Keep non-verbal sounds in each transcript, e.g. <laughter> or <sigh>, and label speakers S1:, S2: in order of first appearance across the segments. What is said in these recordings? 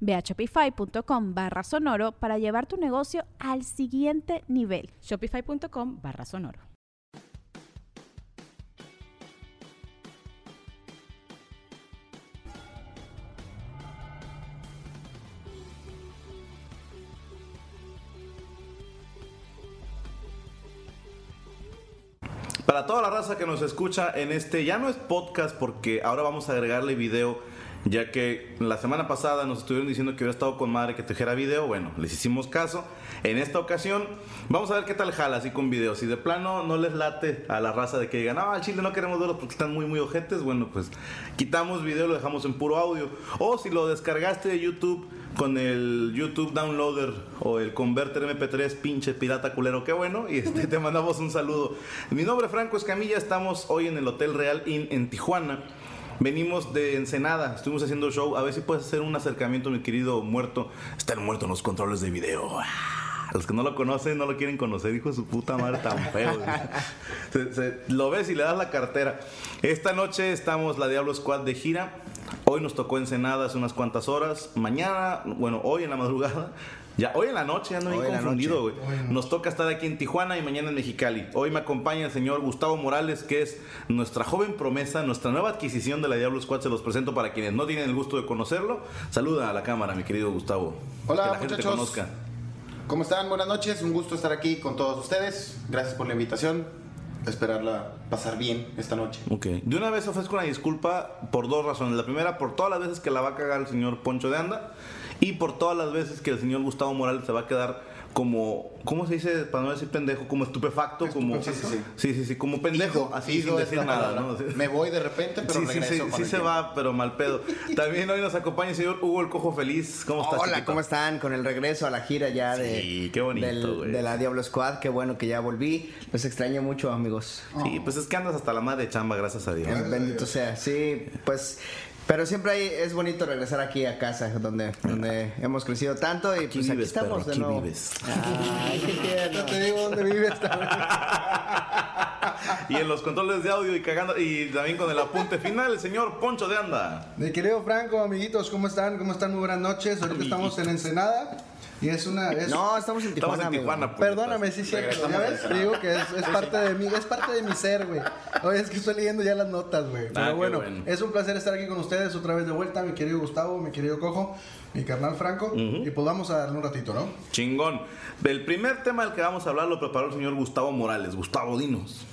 S1: Ve a shopify.com barra sonoro para llevar tu negocio al siguiente nivel.
S2: Shopify.com barra sonoro.
S3: Para toda la raza que nos escucha en este, ya no es podcast porque ahora vamos a agregarle video, ya que la semana pasada nos estuvieron diciendo que hubiera estado con madre que trajera video, bueno, les hicimos caso. En esta ocasión vamos a ver qué tal jala así con video. Si de plano no les late a la raza de que digan, ah, al chile no queremos verlos porque están muy, muy ojetes, bueno, pues quitamos video, lo dejamos en puro audio. O si lo descargaste de YouTube con el YouTube Downloader o el Converter MP3, pinche pirata culero, qué bueno. Y este, te mandamos un saludo. Mi nombre es Franco Escamilla, estamos hoy en el Hotel Real Inn en Tijuana. Venimos de Ensenada, estuvimos haciendo show. A ver si puedes hacer un acercamiento, mi querido muerto. Está el muerto en los controles de video. Ah, Los que no lo conocen, no lo quieren conocer, hijo de su puta madre, tan feo.
S4: <laughs>
S3: güey. Se- se- lo ves y le das la cartera. Esta noche estamos la Diablo Squad de gira. Hoy nos tocó Ensenada hace unas cuantas horas. Mañana, bueno, hoy en la madrugada. Ya, hoy en la noche, ya no
S4: Hoy
S3: he
S4: en la
S3: confundido,
S4: noche.
S3: güey. Nos toca estar aquí en Tijuana y mañana en Mexicali. Hoy me acompaña el señor Gustavo Morales, que es nuestra joven promesa, nuestra nueva adquisición de la Diablo Squad. Se los presento para quienes no tienen el gusto de conocerlo. Saluda a la cámara, mi querido Gustavo.
S4: Hola,
S3: que la gente te
S4: muchachos.
S3: conozca.
S4: ¿Cómo están? Buenas noches, un gusto estar aquí con todos ustedes. Gracias por la invitación. Esperarla pasar bien esta noche.
S3: Ok. De una vez ofrezco una disculpa por dos razones. La primera, por todas las veces que la va a cagar el señor Poncho de Anda. Y por todas las veces que el señor Gustavo Morales se va a quedar como. ¿Cómo se dice? Para no decir pendejo, como estupefacto, como. Sí,
S4: Estupefacto.
S3: sí, sí. sí, como pendejo.
S4: Hijo,
S3: así sin
S4: hijo es
S3: decir
S4: la
S3: nada,
S4: palabra.
S3: ¿no? Sí.
S4: Me voy de repente, pero
S3: Sí, sí,
S4: regreso.
S3: sí,
S4: con
S3: sí
S4: el
S3: se
S4: tiempo.
S3: va, pero mal pedo. También hoy nos acompaña el señor Hugo el Cojo Feliz. ¿Cómo estás?
S5: Hola,
S3: chiquito?
S5: ¿cómo están? Con el regreso a la gira ya de,
S3: Sí, qué bonito,
S5: del-
S3: güey.
S5: de la Diablo Squad, qué bueno que ya volví. Los extraño mucho, amigos.
S3: Sí, pues es que andas hasta la madre de chamba, gracias a Dios.
S5: Bendito sea. Sí, pues, pero siempre hay- es bonito regresar aquí a casa, donde, donde hemos crecido tanto y
S3: Aquí
S5: pues aquí
S3: vives,
S5: estamos
S3: perro,
S5: de
S3: aquí
S5: nuevo.
S3: vives.
S5: Ay, qué
S3: <laughs>
S5: tierno. te digo dónde vives.
S3: Y en los controles de audio y cagando, y también con el apunte final, el señor Poncho de Anda.
S6: <laughs> Mi querido Franco, amiguitos, ¿cómo están? ¿Cómo están? Muy buenas noches. Ahorita estamos en Ensenada y es una... es-
S5: No, estamos en Tijuana,
S3: Estamos en
S5: amigo.
S3: Tijuana, puñetas.
S6: Perdóname, sí, cierto. ¿Ya
S4: Regresamos
S6: ves?
S4: a
S6: Te digo que es, es parte de mí, es parte de mi ser, güey. Oye, es que estoy leyendo ya las notas, güey. Pero
S3: Ah, qué
S6: bueno,
S3: bueno.
S6: es un placer estar aquí con ustedes otra vez de vuelta, mi querido Gustavo, mi querido Cojo, mi carnal Franco. Y pues vamos a darle un ratito, ¿no?
S3: Chingón. El primer tema del que vamos a hablar lo preparó el señor Gustavo Morales. Gustavo, dinos.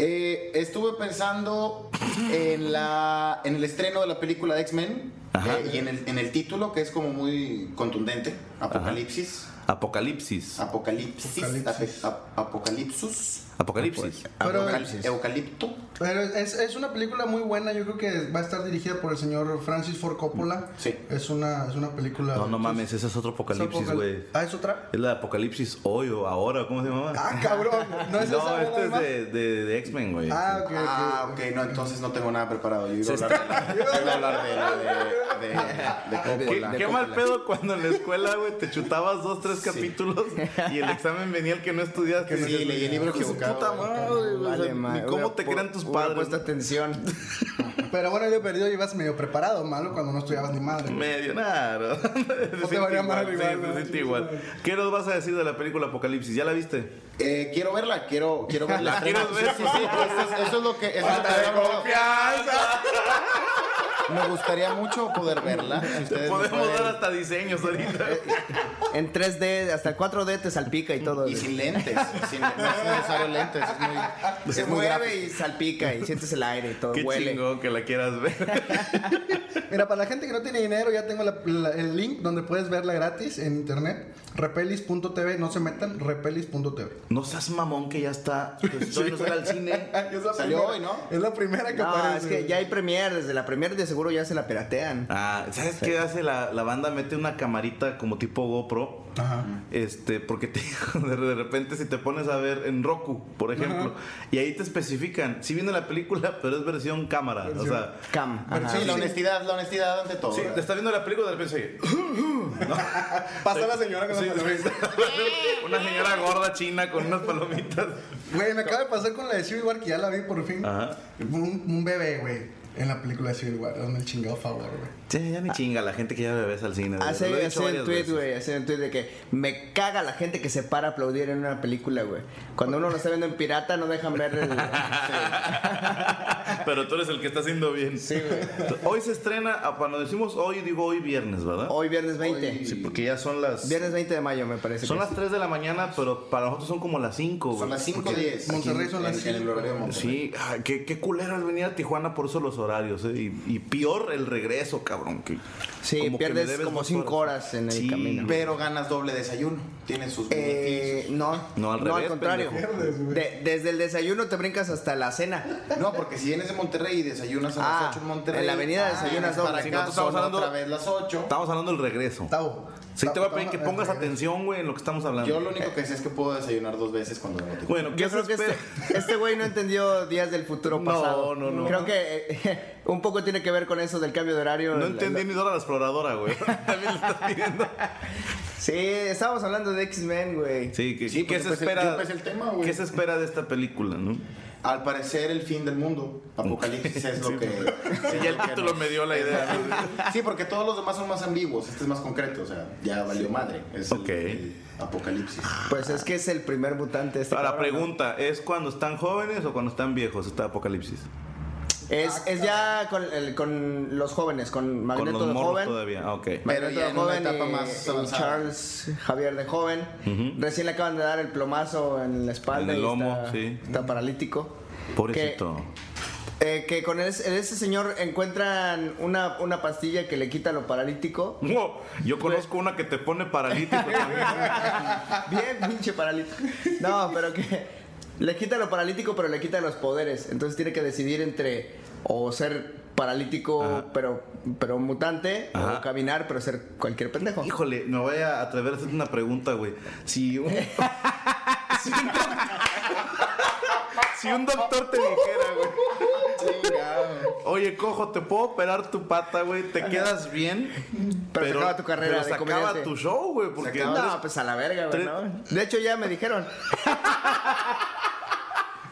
S4: Eh, estuve pensando en, la, en el estreno de la película de X-Men
S3: Ajá.
S4: eh, y en el, en el título, que es como muy contundente: Apocalipsis.
S3: Apocalipsis.
S6: Ah,
S4: Apocalipsis.
S6: Apocalipsis.
S4: ape- ap- apocalipsis.
S3: Apocalipsis.
S6: Pero-
S4: Eucal- Eucalipto.
S6: Pero es, es una película muy buena, yo creo que va a estar dirigida por el señor Francis Ford Coppola.
S4: Sí.
S6: Es una, es una película...
S3: No, no mames, ese es otro apocalipsis, güey.
S6: Ah, es otra.
S3: Es la de Apocalipsis hoy o ahora, ¿cómo se llama?
S6: Ah, cabrón. No es esa,
S3: No,
S6: ¿verdad,
S3: este es
S6: Emma?
S3: de, de, de X-Men, güey.
S6: Ah, ok, ok.
S4: Ah, ok, no, entonces no tengo nada preparado. Yo iba a hablar de, yo iba a hablar de, de, de, de
S3: Qué,
S4: Coppola.
S3: qué mal pedo cuando en la escuela, güey, te chutabas dos, tres capítulos y <laughs> el examen venía el que no estudiaste.
S4: Sí,
S3: Dices,
S4: leí el libro
S3: "Hijo de su
S4: equivocado,
S3: pues, puta
S4: güey".
S3: madre, güey, o sea,
S5: Vale,
S3: pues, ni
S5: ma-
S3: ¿Cómo
S5: hubiera
S3: te
S5: pu-
S3: crean tus
S5: hubiera
S3: padres? <laughs>
S5: puesto atención.
S6: Pero bueno, yo he perdido, ibas medio preparado, malo, cuando no estudiabas ni madre.
S3: Medio, <laughs> nada. No
S6: te valía madre, igual, ¿no?
S3: igual. ¿Qué nos vas a decir de la película Apocalipsis? ¿Ya la viste?
S4: Eh, quiero verla, quiero, quiero
S3: <laughs>
S4: verla.
S3: ¿La quieres ver?
S4: Sí, sí, sí, eso, es, eso es lo que. Eso es lo que-
S3: ¡Confianza!
S4: Me gustaría mucho poder verla. si ustedes me
S3: Podemos
S4: pueden-
S3: dar hasta diseños ahorita. <laughs>
S5: En 3D, hasta 4D te salpica y todo.
S4: Y sin lentes. sin- no es necesario lentes. Es muy,
S5: se
S4: es muy
S5: mueve
S4: gráfico.
S5: Pues y salpica y sientes el aire y todo.
S3: Qué
S5: huele.
S3: chingón que la quieras <laughs> ver.
S6: Mira, para la gente que no tiene dinero, ya tengo la- la- el link donde puedes verla gratis en internet. Repelis.tv, no se metan, repelis.tv.
S3: No seas mamón que ya está. Estoy no sale al cine. <laughs>
S6: Es la
S4: Salió
S6: primera-
S4: hoy, ¿no?
S6: Es la primera que
S5: No, es
S6: aparece.
S5: que ya hay premier, desde la premier de seguro ya se la piratean.
S3: Ah, ¿sabes qué hace la, la banda? Mete una camarita como tipo GoPro.
S6: Ajá.
S3: Este, porque te, <laughs> de de repente si te pones a ver en Roku, por ejemplo, y ahí te especifican, si viene la película, <laughs> pero es versión cámara, o sea,
S5: Cam. ajá.
S4: Sí, la honestidad, la honestidad ante todo.
S3: sí, te está viendo la película de repente sí.
S6: Pasa la señora con
S3: Sí,
S6: la palomitas.
S3: <laughs> una señora gorda china con unas palomitas.
S6: Güey, me acaba de pasar con la de Civil War, que ya la vi por fin.
S3: Ajá.
S6: Un, un bebé, güey, en la película de Civil War. Hazme el chingado favor, güey.
S3: Sí, ya ni chinga la gente que ya bebes al cine. güey. Lo he
S5: Hace,
S3: dicho
S5: hace un
S3: varias
S5: tweet,
S3: veces.
S5: güey, hace un tweet de que me caga la gente que se para a aplaudir en una película, güey. Cuando uno lo está viendo en pirata, no dejan
S3: <laughs>
S5: ver el...
S3: Pero tú eres el que está haciendo bien.
S5: Sí, güey.
S3: Hoy se estrena, ah, cuando decimos hoy, digo hoy viernes, ¿verdad?
S5: Hoy viernes 20.
S3: Sí, porque ya son las...
S5: Viernes 20 de mayo, me parece.
S3: Son
S5: que
S3: las
S5: es.
S3: 3 de la mañana, pero para nosotros son como las 5.
S4: Son las 5.10.
S6: Monterrey son las
S4: En el horario de Monterrey.
S3: Sí, ah, qué, qué culero es venir a Tijuana por eso los horarios, eh, y, y peor el regreso, cabrón. que-
S5: Sí,
S3: como que me
S5: pierdes
S3: debes
S5: como
S3: dos
S5: 5 horas en el
S3: Sí,
S5: camino.
S4: Pero ganas doble desayuno. Tiene sus
S5: Eh, no,
S3: No, al revés,
S5: contrario.
S3: pendejo.
S5: De- desde el desayuno te brincas hasta la cena.
S4: beneficios. No, porque si vienes de Monterrey y desayunas a
S5: Ah,
S4: las 8 en Monterrey.
S5: en la avenida
S4: ah,
S5: desayunas
S4: vienes
S5: doble.
S4: Para
S5: Si
S4: acá,
S3: nosotros estamos
S4: son
S3: hablando-
S4: otra vez las 8.
S3: Estamos hablando del regreso.
S6: Tavo.
S3: Sí, te voy a pedir que
S6: Tavo,
S3: pongas
S6: eh,
S3: atención, güey, en lo que estamos hablando.
S4: Yo lo único que sé es que puedo desayunar dos veces cuando vengo a Tijuana.
S3: Bueno, ¿qué
S5: Yo
S3: se
S5: creo que
S3: espera?
S5: este, este güey no entendió días del futuro
S3: No,
S5: pasado.
S3: no, no.
S5: Creo que eh, <laughs> un poco tiene que ver con eso del cambio de horario.
S3: No
S5: <laughs> El-
S3: entendí ni Dora la exploradora, güey. También lo estás pidiendo.
S5: Sí, estábamos hablando de X-Men, güey.
S3: Sí, que,
S4: Sí,
S3: ¿qué
S4: pues
S3: se
S4: yo empecé-
S3: espera?
S4: yo empecé el tema, güey.
S3: ¿Qué se espera de esta película, no?
S4: Al parecer el fin del mundo. Apocalipsis es lo que.
S3: Sí, ya el título me dio la idea.
S4: Sí, porque todos los demás son más ambiguos. Este es más concreto, o sea, ya valió madre. Es el-
S3: Ok.
S4: el apocalipsis.
S5: Pues es que es el primer mutante. Este
S3: Ahora,
S5: cabrón, ¿no?
S3: pregunta, ¿es cuando están jóvenes o cuando están viejos esta apocalipsis?
S5: Es, es ya con, el- con los jóvenes, con
S3: Con
S5: Magneto
S3: los
S5: de
S3: morros
S5: joven.
S3: todavía, ah, ok.
S4: Pero
S5: Magneto
S4: ya
S5: de
S4: en una
S5: joven
S4: etapa
S5: y-
S4: más
S5: y
S4: avanzada.
S5: Charles Javier de joven. Recién le acaban de dar el plomazo en la espalda.
S3: En el
S5: y
S3: lomo,
S5: está,
S3: sí.
S5: Está paralítico.
S3: Pobrecito.
S5: Que- Eh, que con es- en ese señor encuentran una, una pastilla que le quita lo paralítico.
S3: Wow, Yo conozco una que te pone paralítico también.
S4: Ah.
S5: Bien, <laughs> pinche paralítico. No, pero que le quita lo paralítico, pero le quita los poderes. Entonces tiene que decidir entre o ser paralítico, pero pero mutante,
S3: Ajá.
S5: o caminar, pero ser cualquier
S3: <laughs>
S5: pendejo.
S3: Híjole, me voy a atrever a hacerte una pregunta, güey. Si un, <laughs> si un doc- si un doctor te dijera, güey, oye, cojo, te puedo operar tu pata, güey, te quedas bien,
S5: Pero se acaba tu carrera
S3: pero
S5: de
S3: se acaba
S5: comediante.
S3: tu show, güey, porque
S5: no,
S3: andas-
S5: pues a la verga, güey, ¿no? De hecho, ya me <laughs> dijeron.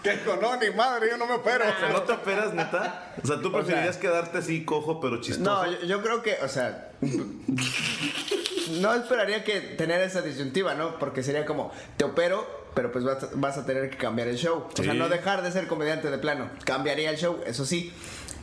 S6: Que dijo, no, ni madre, yo no me opero.
S3: o sea, no te operas, neta. O sea, tú preferirías quedarte así, cojo, pero chistoso.
S5: No, yo, yo creo que, o sea. <laughs> No esperaría que tener esa disyuntiva, ¿no? Porque sería como, te opero, pero pues vas, vas a tener que cambiar el show. O sea,
S3: Sí.
S5: no dejar de ser comediante de plano. Cambiaría el show, eso sí.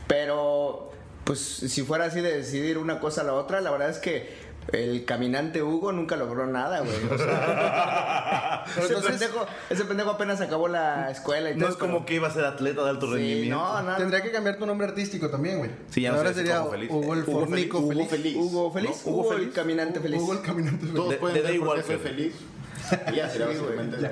S5: Pero, pues si fuera así de decidir una cosa a la otra, la verdad es que el caminante Hugo nunca logró nada, güey.
S3: <laughs>
S5: O sea, ese, pendejo, ese pendejo apenas acabó la escuela y
S3: no
S5: todo.
S3: es como
S5: pero-
S3: que iba a ser atleta de alto
S5: Sí,
S3: rendimiento.
S5: no, no.
S6: Tendría que cambiar tu nombre artístico también, güey.
S3: Ah. Sí, ya no
S6: Ahora
S3: sé,
S6: sería
S3: Hugo Feliz.
S6: Hugo el
S3: Hugo
S6: Fornico.
S4: Feliz.
S6: Hugo
S4: Hugo Feliz.
S5: Hugo feliz,
S3: ¿No? Hugo
S5: Hugo el
S3: feliz.
S5: caminante feliz.
S6: Hugo el caminante feliz.
S4: Todos
S3: De-
S4: pueden
S3: de
S4: ver
S3: Day
S4: por qué soy
S3: Walker.
S4: feliz. Y <laughs> ya será básicamente.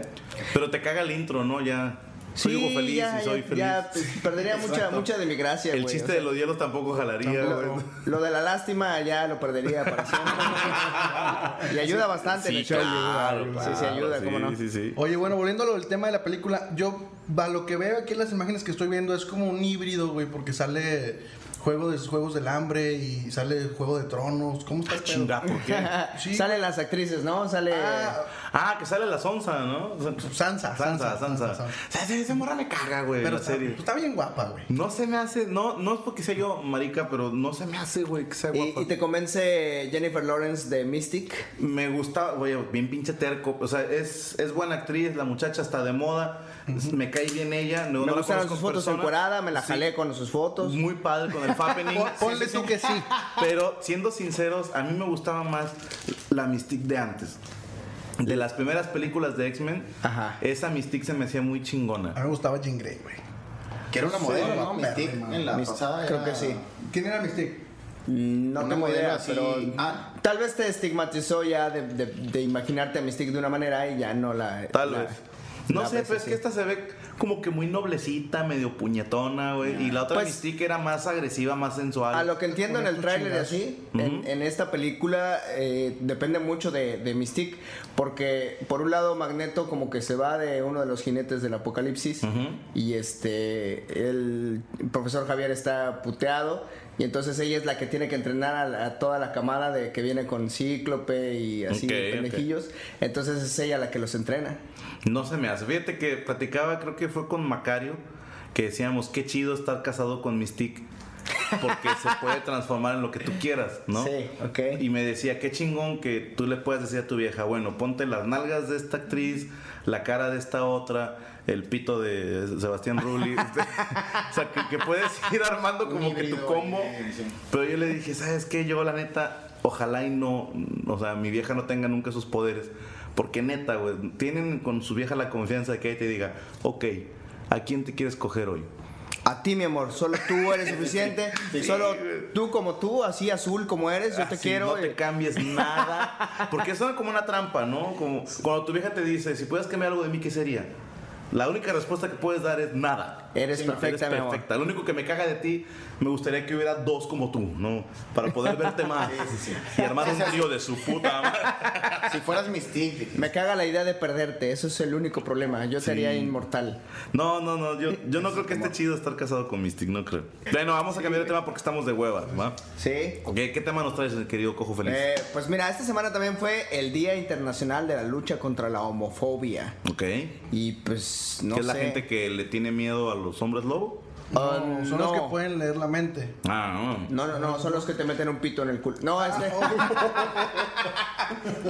S3: Pero te caga el intro, ¿no? Ya. Soy Hugo feliz
S5: ya,
S3: y soy
S5: ya,
S3: feliz.
S5: ya, pues, perdería mucha,
S3: Exacto.
S5: mucha de mi gracia,
S3: el
S5: güey,
S3: chiste
S5: o sea,
S3: de los hielos tampoco jalaría,
S5: lo,
S3: güey.
S5: lo de la lástima ya lo perdería para
S3: <laughs>
S5: siempre. y ayuda bastante en el show. sí, sí, ayuda,
S3: sí,
S5: cómo no.
S3: Sí,
S5: <laughs>
S3: sí.
S6: Oye, bueno, volviendo al tema de la película, yo a lo que veo aquí en las imágenes que estoy viendo es como un híbrido, güey, porque sale juego de juegos del hambre y sale juego de tronos. ¿Cómo está el pedo?
S3: Ah, Oh, Chinga, ¿por
S5: <laughs>
S3: qué?
S6: Sí.
S5: Salen las actrices, ¿no? Sale.
S6: Ah,
S3: Ah, que sale la Sonsa, ¿no? Sansa,
S6: Sansa, Sansa,
S3: Sansa.
S6: Sansa.
S3: Esa- Esa morra me caga, güey,
S6: pero
S3: la
S6: está,
S3: serie.
S6: está bien guapa, güey.
S3: No se me hace, no, no es porque sea yo marica, pero no se me hace, güey, que sea
S5: y,
S3: guapa.
S5: y te convence Jennifer Lawrence de Mystic.
S3: Me gusta, güey, bien pinche terco. O sea, es, es buena actriz, la muchacha está de moda. Me cae bien ella. No, no
S5: me
S3: la conozco
S5: gustaron sus
S3: en
S5: fotos
S3: persona.
S5: encuerada, me la
S3: Sí, Mm.
S5: jalé con sus fotos.
S3: Pues Muy padre con el
S5: <laughs>
S3: el Fappening.
S6: Pon- Ponle
S3: Sí, sí,
S6: tú que sí.
S3: Pero siendo sinceros, a mí me gustaba más la Mystique de antes. De las primeras películas de X-Men,
S5: Ajá. Ah,
S3: esa Mystique se me hacía muy chingona.
S6: A mí me gustaba Jean Grey, güey.
S4: Que era una
S6: Sí,
S4: modelo,
S6: no,
S4: ¿no? Mystique,
S6: perra,
S4: en la
S5: Mis-
S4: pasada.
S5: creo
S4: era-
S5: que sí.
S6: ¿Quién era Mystique?
S5: Mm, No
S4: Una
S5: tengo
S4: modelo
S5: idea,
S4: así-
S5: pero
S4: ah.
S5: tal vez te estigmatizó ya de, de- de imaginarte a Mystique de una manera y ya no la.
S3: Tal
S5: la-
S3: vez. No
S5: la
S3: sé,
S5: ves
S3: pero es que
S5: así.
S3: esta se ve como que muy noblecita, medio puñetona, güey. Y la otra
S5: Pues-
S3: Mystique era más agresiva, más sensual.
S5: A lo que entiendo en el tráiler y así, en, en esta película eh, depende mucho de, de Mystique, porque por un lado Magneto como que se va de uno de los jinetes del apocalipsis y este el profesor Javier está puteado y entonces ella es la que tiene que entrenar a, la- a toda la camada de que viene con Cíclope y así
S3: Ok, ok.
S5: pendejillos, entonces es ella la que los entrena.
S3: No se me hace. Fíjate que platicaba, creo que fue con Macario, que decíamos, qué chido estar casado con Mystique. Porque
S5: <laughs>
S3: se puede transformar en lo que tú quieras, ¿no?
S5: Sí, ok.
S3: Y me decía, qué chingón que tú le puedas decir a tu vieja, bueno, ponte las nalgas de esta actriz, la cara de esta otra, el pito de Sebastián
S5: <laughs>
S3: Rulli. <laughs> o sea, que, que puedes ir armando
S4: Un
S3: como que tu
S4: híbrido,
S3: combo.
S4: eh, sí.
S3: Pero yo le dije, ¿sabes qué? Yo, la neta, ojalá y no, o sea, mi vieja no tenga nunca sus poderes. Porque neta, güey, tienen con su vieja la confianza de que ella te diga, ok, ¿a quién te quieres coger hoy?
S5: A ti, mi amor, solo tú
S3: <laughs>
S5: eres suficiente. solo tú como tú, así azul como eres, yo te
S3: Así,
S5: quiero. eh,
S3: No te cambies nada.
S5: <laughs>
S3: Porque suena como una trampa, ¿no? Como cuando tu vieja te dice, si puedes cambiar algo de mí, ¿qué sería? La única respuesta que puedes dar es nada.
S5: Eres
S3: Sí,
S5: perfecta, mi
S3: eres
S5: amor.
S3: perfecta. Lo único que me caga de ti, me gustaría que hubiera dos como tú, ¿no? Para poder verte más. Y armar un trío de su puta madre.
S4: Si fueras Mystique.
S5: Me caga la idea de perderte, eso es el único problema. Yo sería inmortal.
S3: No, no, no, yo, yo no creo que esté chido estar casado con Mystic, no creo. Bueno, vamos a cambiar de tema porque estamos de hueva, ¿va?
S5: ¿Sí?
S3: ¿Qué, qué tema nos traes, querido Cojo Feliz?
S5: Eh, pues mira, esta semana también fue el Día Internacional de la Lucha contra la Homofobia.
S3: ok. ¿Qué
S5: Y pues no
S3: es la
S5: sé.
S3: gente que le tiene miedo a los hombres lobo?
S5: Ah,
S6: No,
S5: no.
S6: son los que pueden leer la mente.
S3: Ah, no.
S5: No, no, no, son los que te meten un pito en el culo. No, este.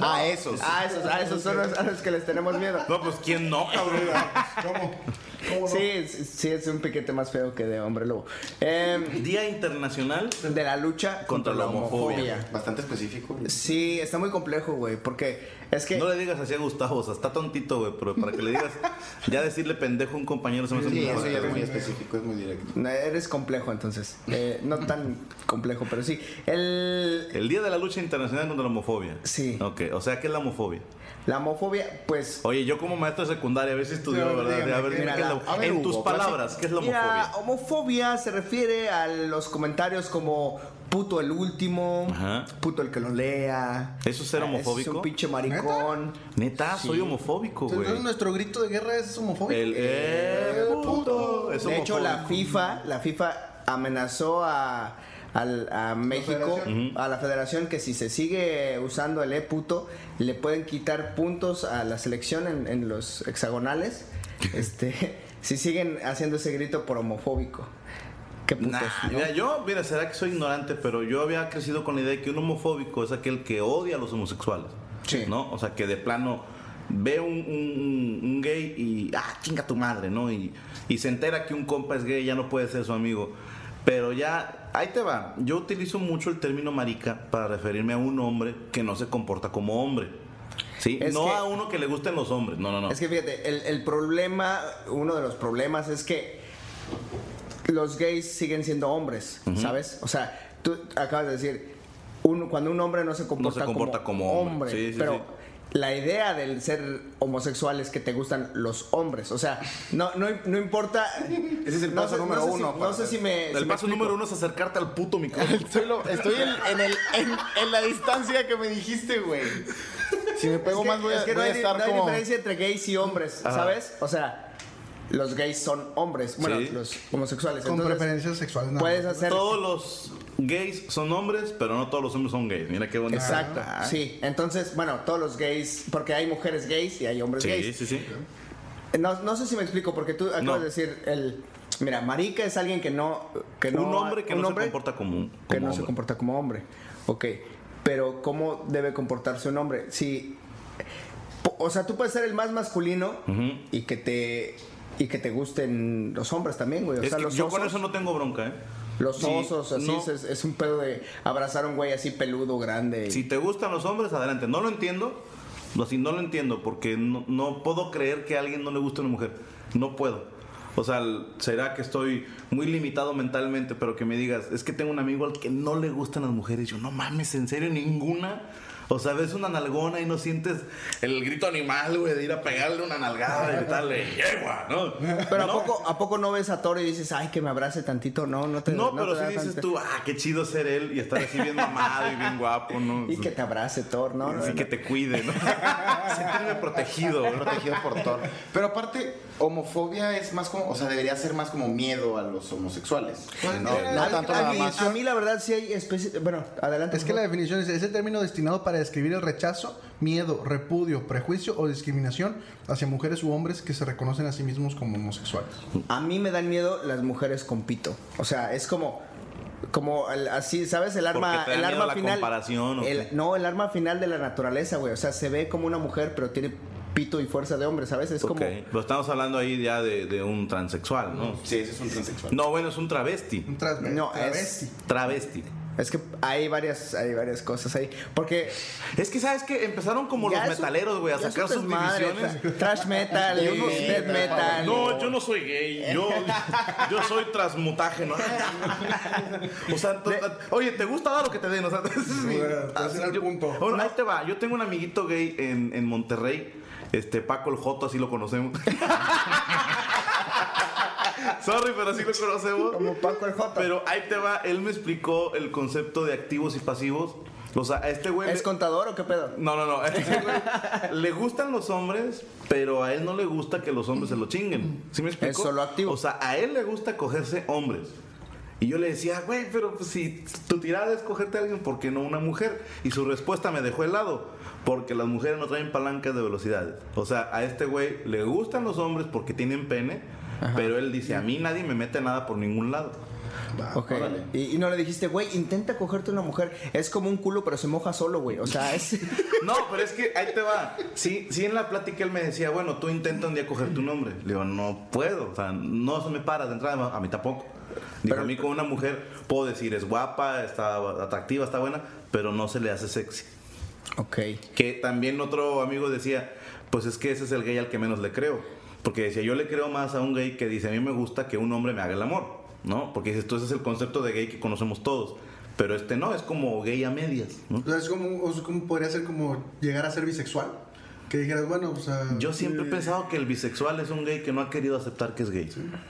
S4: Ah, esos.
S5: Ah, esos, ah, esos son los, a los que les tenemos miedo.
S3: No, pues quién no, cabrón.
S6: ¿Cómo? ¿Cómo no?
S5: Sí, es- sí, es un piquete más feo que de hombre lobo. Em,
S3: Día Internacional.
S5: de la lucha contra, la homofobia.
S4: Bastante específico.
S5: Sí, está muy complejo, güey, porque es que...
S3: No le digas así a Gustavo, o sea, está tontito, güey, pero para que le digas, ya decirle pendejo a un compañero se me hace
S4: Sí,
S3: muy
S4: eso ya
S3: fuerte,
S4: es muy
S3: güey.
S4: específico, es muy directo.
S5: No, Eres complejo entonces. Eh, no tan complejo, pero sí. El,
S3: El Día de la Lucha Internacional contra la Homofobia.
S5: Sí.
S3: Ok, o sea, ¿qué es la homofobia?
S5: la homofobia, pues...
S3: Oye, yo como maestro de secundaria, a ver si estudió,
S6: Sí, a ver,
S3: ¿verdad?
S6: dígame,
S3: a ver,
S6: ¿qué
S3: dime
S5: era
S3: qué es
S5: la-
S3: la-
S4: a ver,
S3: en
S4: Hugo,
S3: tus
S4: pero sí-
S3: palabras, ¿qué es la homofobia?
S5: Mira, homofobia se refiere a los comentarios como puto el último,
S3: Ajá.
S5: puto el que lo lea.
S3: ¿Eso es ser
S5: eh,
S3: homofóbico?
S5: Es un pinche maricón.
S3: Neta, soy homofóbico, güey.
S6: Entonces nuestro grito de guerra es homofóbico.
S3: El eh, puto. Es
S5: de hecho, la
S3: homofóbico.
S5: FIFA, la FIFA amenazó a, al- a México,
S6: federación.
S5: a la federación, que si se sigue usando el E puto, le pueden quitar puntos a la selección en, en los hexagonales. este, si siguen haciendo ese grito por homofóbico. Qué putos,
S3: Nah,
S5: ¿no?
S3: mira, yo, mira, será que soy ignorante, pero yo había crecido con la idea de que un homofóbico es aquel que odia a los homosexuales.
S5: Sí.
S3: ¿No? O sea, que de plano ve un, un- un gay y, ah, chinga tu madre, ¿no? Y, y se entera que un compa es gay y ya no puede ser su amigo. Pero ya, ahí te va. Yo utilizo mucho el término marica para referirme a un hombre que no se comporta como hombre. ¿Sí?
S5: Es
S3: no
S5: que-
S3: a uno que le gusten los hombres. No, no, no.
S5: Es que fíjate, el, el problema, uno de los problemas es que los gays siguen siendo hombres, ¿sabes? O sea, tú acabas de decir, un- cuando un hombre no se comporta,
S3: comporta como hombre. Sí, sí,
S5: pero
S3: sí.
S5: la idea del ser homosexual es que te gustan los hombres. O sea, no, no, no importa.
S4: Ese es el paso número
S5: sé si-
S4: uno
S5: no
S4: para
S5: sé
S4: ser-
S5: si me. eh, si
S3: el
S5: me
S3: paso
S5: explico.
S3: número uno es acercarte al puto micrófono.
S4: Estoy, lo- estoy en, en el, en, en la distancia que me dijiste, güey. Si me
S5: Es
S4: pego
S5: que,
S4: más voy a,
S5: es que no,
S4: voy a
S5: hay,
S4: estar
S5: no hay
S4: como...
S5: diferencia entre gays y hombres, ¿sabes? O sea, los gays son hombres. Bueno,
S3: Sí.
S5: los homosexuales.
S6: Con
S5: entonces,
S6: preferencias sexuales. nada
S5: Puedes
S6: más.
S5: hacer.
S3: Todos los gays son hombres, pero no todos los hombres son gays. Mira qué bonito. Ah.
S5: Exacto, sí. Entonces, bueno, todos los gays, porque hay mujeres gays y hay hombres
S3: Sí,
S5: gays.
S3: sí, sí.
S5: No, no sé si me explico, porque tú acabas
S3: No.
S5: de decir el. Mira, marica es alguien que no. Que no
S3: un hombre que
S5: un
S3: no
S5: hombre
S3: se comporta como un
S5: que
S3: como
S5: no se
S3: hombre.
S5: comporta como hombre. Ok. Pero, ¿cómo debe comportarse un hombre? Si. po- O sea, tú puedes ser el más masculino
S3: Ujú.
S5: y que te. Y que te gusten los hombres también, güey. O
S3: Es
S5: sea,
S3: que
S5: los
S3: yo con
S5: osos-
S3: eso no tengo bronca, ¿eh?
S5: Los
S3: Sí,
S5: osos, así
S3: no.
S5: es, es- es un pedo de abrazar a un güey así peludo, grande. y-
S3: Si te gustan los hombres, adelante. No lo entiendo. Lo, sí, no lo entiendo porque no, no puedo creer que a alguien no le guste una mujer. No puedo. O sea, l- será que estoy muy limitado mentalmente, pero que me digas, es que tengo un amigo al que no le gustan las mujeres. Yo, no mames, en serio, ninguna. O sea, ves una nalgona y no sientes el grito animal, güey, de ir a pegarle una nalgada y gritarle, yegua, ¿no?
S5: Pero
S3: No,
S5: ¿a, poco, ¿a poco no ves a Toro y dices, ay, que me abrace tantito? No, no te
S3: No,
S5: te
S3: pero
S5: da
S3: sí dices
S5: tanta-
S3: tú, ah, qué chido ser él y estar así bien mamado y bien guapo, ¿no?
S5: <laughs> Y que te abrace, Thor, ¿no?
S3: Así
S5: No,
S3: que
S5: no.
S3: te cuide,
S5: <laughs>
S3: ¿no? Sentirme protegido, ¿no?
S4: protegido por Thor. Pero aparte, homofobia es más como, o sea, debería ser más como miedo a los homosexuales.
S6: Pues,
S4: no,
S6: mira,
S4: no
S6: la-
S4: tanto
S6: la
S4: nada
S5: Y
S4: más.
S5: a mí la verdad sí hay especies... Bueno, adelante.
S6: Es que
S5: por
S6: la
S5: favor.
S6: definición es ese término destinado para describir el rechazo, miedo, repudio, prejuicio o discriminación hacia mujeres u hombres que se reconocen a sí mismos como homosexuales.
S5: A mí me dan miedo las mujeres con pito. O sea, es como... Como el- así, ¿sabes? El arma,
S3: Porque te da
S5: el
S3: miedo
S5: arma
S3: la
S5: final.
S3: comparación, ¿o
S5: el-
S3: qué?
S5: no, el arma final de la naturaleza, güey. O sea, se ve como una mujer, pero tiene pito y fuerza de hombre, ¿sabes? Es
S3: Ok,
S5: como.
S3: Pero estamos hablando ahí ya de, de un transexual, ¿no?
S4: Sí, ese es un transexual.
S3: No, bueno, es un travesti.
S6: Un transme-
S5: No, es-
S6: travesti.
S3: Travesti.
S5: Es que hay varias, hay varias cosas ahí. Porque.
S3: Es que, ¿sabes qué? Empezaron como
S5: ya
S3: los
S5: es un-
S3: metaleros, güey, a
S5: ya es
S3: sacar
S5: un
S3: sus
S5: desmadre,
S3: divisiones.
S5: tra- Trash metal, <laughs>
S4: Sí,
S5: y unos
S4: sí,
S5: death
S4: no,
S5: metal.
S3: No, yo no soy gay,
S6: <laughs>
S3: yo, yo soy transmutágeno. o sea, to- oye, ¿te gusta dar lo que te den? O sea, <laughs>
S6: pues, ese era el
S3: ah, yo-
S6: punto.
S3: Ahora, ahí te va, yo tengo un amiguito gay en, en Monterrey, este Paco el Joto, así lo conocemos. <laughs> Sorry, pero así lo conocemos.
S5: Como Paco el Jota.
S3: Pero ahí te va, él me explicó el concepto de activos y pasivos. O sea, a este güey...
S5: ¿Es
S3: le-
S5: contador o qué pedo?
S3: no, no, <laughs> no. a este güey le gustan los hombres, pero a él no le gusta que los hombres se lo chinguen. ¿Sí me explico?
S5: Es solo activo.
S3: O sea, a él le gusta cogerse hombres. Y yo le decía, güey, pero pues, si tu tirada es cogerte a alguien, ¿por qué no una mujer? Y su respuesta me dejó helado. Porque las mujeres no traen palancas de velocidad. O sea, a este güey le gustan los hombres porque tienen pene, pero él dice, a mí nadie me mete nada por ningún lado.
S5: Ok.
S4: órale.
S5: Y, y no le dijiste, güey, intenta cogerte una mujer. Es como un culo, pero se moja solo, güey. O sea,
S6: <laughs>
S5: es.
S3: No, pero es que ahí te va. Sí, sí en la plática él me decía, bueno, tú intenta un día coger tu nombre. Le digo, no puedo, o sea, no se me para de entrada, a mí tampoco. Digo, a mí con una mujer puedo decir, es guapa, está atractiva, está buena, pero no se le hace sexy.
S5: ok.
S3: Que también otro amigo decía, pues es que ese es el gay al que menos le creo. Porque decía, yo le creo más a un gay que dice, a mí me gusta que un hombre me haga el amor, ¿no? Porque dices, tú ese es el concepto de gay que conocemos todos. Pero este no, es como gay a medias, ¿no?
S6: O sea, es como, o sea, como podría ser como llegar a ser bisexual. Que dijeras, bueno, o sea.
S3: Yo siempre he
S6: eh,
S3: pensado que el bisexual es un gay que no ha querido aceptar que es gay.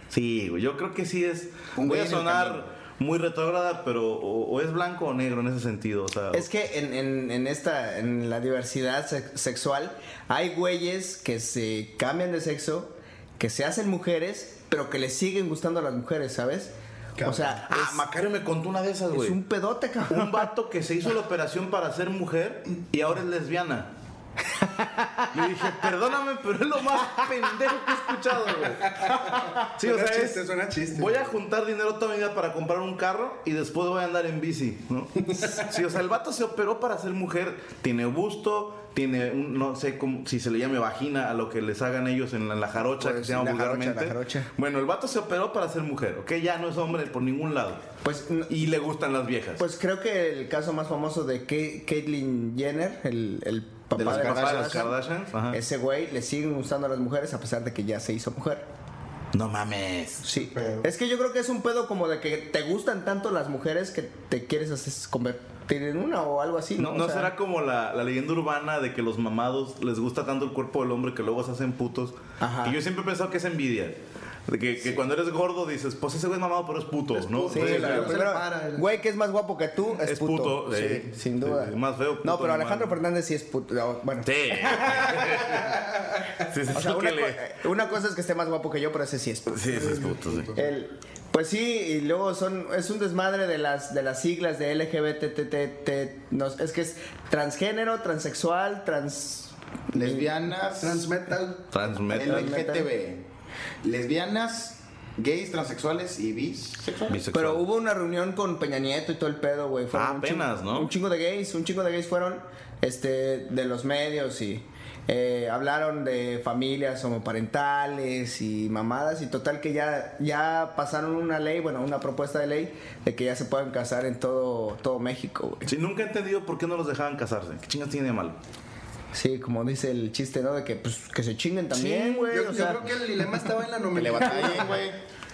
S3: Sí, güey, yo creo que sí es.
S4: Un
S3: voy
S4: güey
S3: a
S4: en el
S3: sonar
S4: camino.
S3: muy retrógrada, pero o, o es blanco o negro en ese sentido. O sea,
S5: Es que en, en- en esta, en la diversidad sex- sexual, hay güeyes que se cambian de sexo, que se hacen mujeres, pero que les siguen gustando a las mujeres, ¿sabes? O sea,
S3: ah, Macario me contó una de esas,
S5: es, es
S3: güey.
S5: un pedote, cabrón.
S3: Un vato que se hizo la operación para ser mujer y ahora es lesbiana. Le dije, perdóname, pero es lo más pendejo que he escuchado, güey. <laughs> Sí, o
S6: Suena
S3: sea, es-
S6: chiste, suena
S5: Este,
S6: chiste.
S3: Voy a juntar dinero toda mi vida para comprar un carro y después voy a andar en bici, ¿no? Sí, o sea, el vato se operó para ser mujer, tiene busto, tiene, un- no sé cómo, si se le llame vagina a lo que les hagan ellos en la, en la jarocha,
S5: Pues,
S3: que se llama
S5: la jarocha, la
S3: vulgarmente.
S5: jarocha.
S3: Bueno, el vato se operó para ser mujer, ¿ok? Ya no es hombre por ningún lado.
S5: Pues, n-
S3: Y le gustan las viejas.
S5: pues creo que el caso más famoso de Ke- Caitlyn Jenner, el, el
S3: de
S5: papá de,
S3: las papás de
S5: Kardashian,
S3: las Kardashians. ajá.
S5: ese güey le siguen gustando a las mujeres a pesar de que ya se hizo mujer.
S3: No mames.
S5: Sí,
S6: Pero-
S5: es que yo creo que es un pedo como de que te gustan tanto las mujeres que te quieres hacer convertir en una o algo así.
S3: ¿No,
S5: No,
S3: no
S5: O sea,
S3: será como la, la leyenda urbana de que los mamados les gusta tanto el cuerpo del hombre que luego se hacen putos?
S5: Ajá.
S3: Y yo siempre he pensado que es envidia. De que, que cuando eres gordo dices, pues ese güey es mamado, pero es puto, ¿no?
S6: puto,
S5: Sí,
S3: Entonces,
S5: la-
S6: pero
S5: la
S6: se
S5: primera-
S6: le para el-
S5: güey que es más guapo que tú es,
S3: Es puto, eh,
S5: puto.
S3: sí.
S5: Sí, sin duda.
S3: Sí, más feo, puto
S5: no, pero
S3: animal.
S5: Alejandro Fernández sí es puto. no, Bueno, <laughs>
S3: Sí. Sí, sí,
S5: o
S3: es
S5: sea,
S3: lo <laughs>
S5: una,
S3: que
S5: co-
S3: le-
S5: eh, una cosa es que esté más guapo que yo, pero ese sí es puto.
S3: Sí, sí, es puto, sí.
S5: El- pues sí, y luego son es un desmadre de las de las siglas de LGBTTT. No, es que es transgénero, transexual, trans.
S4: Lesbianas,
S6: Transmetal.
S3: Transmetal,
S4: LGTB, lesbianas, gays, transexuales y bisexuales.
S3: bisexual.
S5: Pero hubo una reunión con Peña Nieto y todo el pedo, güey. Fueron
S3: Ah,
S5: un chingo-
S3: apenas, ¿no?
S5: Un chingo de gays, un chingo de gays fueron este, de los medios y Eh, hablaron de familias homoparentales y mamadas y total que ya, ya pasaron una ley, bueno, una propuesta de ley de que ya se puedan casar en todo, todo México, güey.
S3: Sí, nunca he entendido por qué no los dejaban casarse. ¿Qué chingas tiene de malo?
S5: Sí, como dice el chiste, ¿no? De que pues que se chinguen también, güey.
S6: Yo,
S5: o
S6: yo
S5: sea,
S6: creo que el dilema estaba en la
S4: Que le
S6: nomenclatura.
S4: batallen, güey.